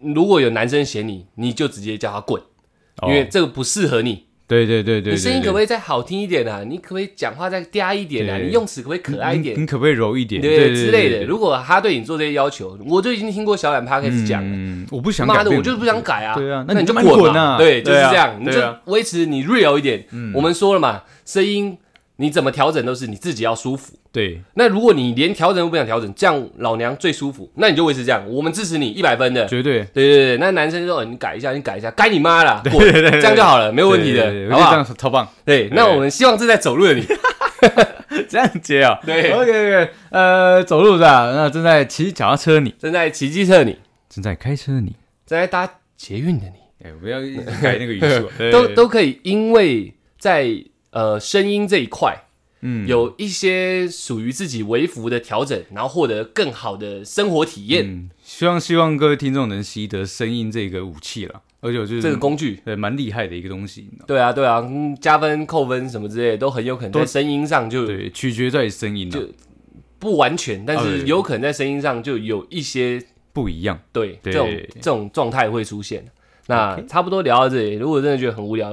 [SPEAKER 2] 如果有男生嫌你，你就直接叫他滚，因为
[SPEAKER 1] 哦
[SPEAKER 2] 这个不适合你。
[SPEAKER 1] 对对对对，
[SPEAKER 2] 你声音可不可
[SPEAKER 1] 以
[SPEAKER 2] 以再好听一点啊？你可不可以讲话再嗲一点啊？
[SPEAKER 1] 对
[SPEAKER 2] 你用词可不可以可爱一点？
[SPEAKER 1] 你可不可以柔一点，
[SPEAKER 2] 对
[SPEAKER 1] 对
[SPEAKER 2] 之类的。。如果他对你做这些要求，我就已经听过小懒 p a c k e 讲了。
[SPEAKER 1] 嗯，我不想
[SPEAKER 2] 妈
[SPEAKER 1] 改
[SPEAKER 2] 的，
[SPEAKER 1] 变
[SPEAKER 2] 我就是不想改啊！
[SPEAKER 1] 对啊
[SPEAKER 2] 那
[SPEAKER 1] 那你
[SPEAKER 2] 就
[SPEAKER 1] 就
[SPEAKER 2] 滚
[SPEAKER 1] 滚
[SPEAKER 2] 嘛
[SPEAKER 1] 啊
[SPEAKER 2] 对，就是
[SPEAKER 1] 对啊
[SPEAKER 2] 这样，你就
[SPEAKER 1] 对啊嗯
[SPEAKER 2] 维持你 real 一点。我们说了嘛，声音你怎么调整都是你自己要舒服。
[SPEAKER 1] 对
[SPEAKER 2] 那如果你连调整都不想调整，这样老娘最舒服，那你就维持这样，我们支持你一百分的。对
[SPEAKER 1] 绝对
[SPEAKER 2] 对对，那男生就说哦你改一下，你改一下，改你妈啦，滚，
[SPEAKER 1] 对对对
[SPEAKER 2] 这样就好了，没有问题
[SPEAKER 1] 对对对
[SPEAKER 2] 的，
[SPEAKER 1] 我觉得这
[SPEAKER 2] 好不好？
[SPEAKER 1] 样超棒。
[SPEAKER 2] 对，那我们希望正在走路的你，
[SPEAKER 1] 这样接啊、
[SPEAKER 2] 对
[SPEAKER 1] OK OK，呃，走路的啊，那正在骑脚踏车你，
[SPEAKER 2] 正在骑机车的你，
[SPEAKER 1] 正在开车你，
[SPEAKER 2] 正在搭捷运的你，
[SPEAKER 1] 哎、不要一直改那个语 速啊，对
[SPEAKER 2] 都都可以，因为在呃声音这一块
[SPEAKER 1] 嗯
[SPEAKER 2] 有一些属于自己微幅的调整，然后获得更好的生活体验。
[SPEAKER 1] 嗯，希望希望各位听众能习得声音这个武器了，而且我就是
[SPEAKER 2] 这个工具。
[SPEAKER 1] 对蛮厉害的一个东西，你知道吗
[SPEAKER 2] 对啊，对啊，嗯加分、扣分什么之类的，都很有可能在声音上就
[SPEAKER 1] 对，取决在于声音、啊
[SPEAKER 2] 就、不完全，但
[SPEAKER 1] 啊对
[SPEAKER 2] 是
[SPEAKER 1] 对
[SPEAKER 2] 有可能在声音上就有一些
[SPEAKER 1] 不一样。
[SPEAKER 2] 对
[SPEAKER 1] 对
[SPEAKER 2] 这种这种状态会出现。那差不多聊到这里，如果真的觉得很无聊，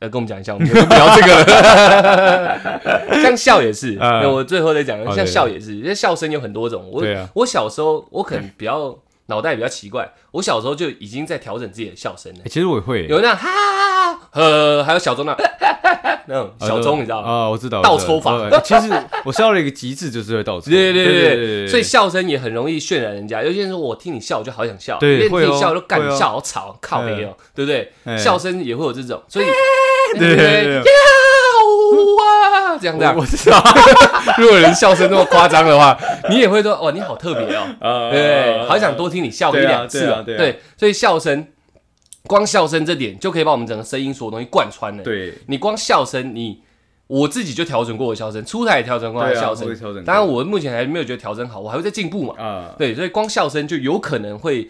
[SPEAKER 2] 呃，跟我们讲一下，我 们就不聊这个了。 像笑也是，
[SPEAKER 1] 呃
[SPEAKER 2] 那我最后再讲
[SPEAKER 1] 哦，
[SPEAKER 2] 像
[SPEAKER 1] 对
[SPEAKER 2] 笑也是，因为笑声有很多种。我
[SPEAKER 1] 对啊
[SPEAKER 2] 我小时候我可能比较脑袋比较奇怪，我小时候就已经在调整自己的笑声了
[SPEAKER 1] 哎，其实我也会
[SPEAKER 2] 有那种哈呃，还有小钟那种 那
[SPEAKER 1] 哦
[SPEAKER 2] 种小钟，你知道吗？
[SPEAKER 1] 啊，我知道
[SPEAKER 2] 倒
[SPEAKER 1] 我知道
[SPEAKER 2] 抽法
[SPEAKER 1] 呃其实我笑到了一个极致，就是会倒抽。
[SPEAKER 2] 对对对
[SPEAKER 1] 对
[SPEAKER 2] 对，所以笑声也很容易渲染人家。有些人说我听你笑，我就好想笑；
[SPEAKER 1] 对
[SPEAKER 2] 有些人
[SPEAKER 1] 会
[SPEAKER 2] 听
[SPEAKER 1] 哦
[SPEAKER 2] 你笑就干
[SPEAKER 1] 会哦
[SPEAKER 2] 你笑好吵，靠没有，对不对？
[SPEAKER 1] 哎
[SPEAKER 2] 笑声也会有这种，所以
[SPEAKER 1] 对对 对对
[SPEAKER 2] 呀啊哇，这样这样
[SPEAKER 1] 我。我知 道，
[SPEAKER 2] 如果有人笑声那么夸张的话， 你也会说哇，你好特别 哦，
[SPEAKER 1] 呃
[SPEAKER 2] 对，好想多听你笑个一
[SPEAKER 1] 对啊
[SPEAKER 2] 两次哦
[SPEAKER 1] 对啊对啊
[SPEAKER 2] 对，所以笑声，光笑声这点就可以把我们整个声音所有东西贯穿了。
[SPEAKER 1] 对
[SPEAKER 2] 你光笑声，你我自己就调整过我的笑声，出台也调整过我的
[SPEAKER 1] 对啊
[SPEAKER 2] 笑
[SPEAKER 1] 我也
[SPEAKER 2] 声。
[SPEAKER 1] 调整过
[SPEAKER 2] 当然，我目前还没有觉得调整好，我还会再进步嘛。
[SPEAKER 1] 啊，
[SPEAKER 2] 对，所以光笑声就有可能会，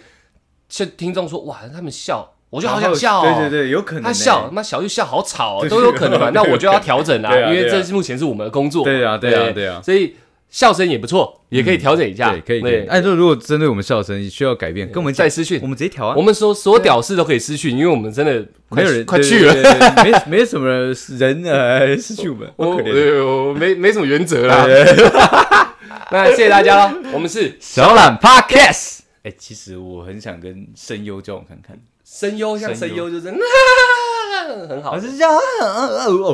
[SPEAKER 2] 像听众说，哇，他们笑，我
[SPEAKER 1] 我
[SPEAKER 2] 就好想笑、哦。
[SPEAKER 1] 对对对，有可能
[SPEAKER 2] 他
[SPEAKER 1] 欸
[SPEAKER 2] 笑，，那小玉笑好吵、哦，
[SPEAKER 1] 对
[SPEAKER 2] 都有可能嘛。
[SPEAKER 1] 对
[SPEAKER 2] 那我就要调整啊，
[SPEAKER 1] 对啊
[SPEAKER 2] 因为
[SPEAKER 1] 对啊
[SPEAKER 2] 这是目前是我们的工作嘛。
[SPEAKER 1] 对啊对啊对啊
[SPEAKER 2] 所以笑声也不错，也可以调整一下。
[SPEAKER 1] 对，可以可以。哎，就如果针对我们笑声需要改变，跟我们
[SPEAKER 2] 啊再
[SPEAKER 1] 讲，
[SPEAKER 2] 私讯
[SPEAKER 1] 我们直接调啊
[SPEAKER 2] 我。们说所有屌事都可以失去，因为我们真的快
[SPEAKER 1] 没有人
[SPEAKER 2] 快
[SPEAKER 1] 对
[SPEAKER 2] 去了。
[SPEAKER 1] 对对对对没没什么人呃失去我们，
[SPEAKER 2] 我
[SPEAKER 1] 好可怜
[SPEAKER 2] 哦我我没没什么原则啦。 那谢谢大家喽，我们是
[SPEAKER 1] 小懒 Podcast。哎、其实我很想跟声优交往看看，
[SPEAKER 2] 声优，像
[SPEAKER 1] 声
[SPEAKER 2] 声
[SPEAKER 1] 优
[SPEAKER 2] 优就是 啊很好
[SPEAKER 1] 啊哦啊，，是这样，哦哦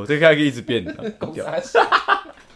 [SPEAKER 1] 哦，这个还可以一直变的，
[SPEAKER 2] 公司还是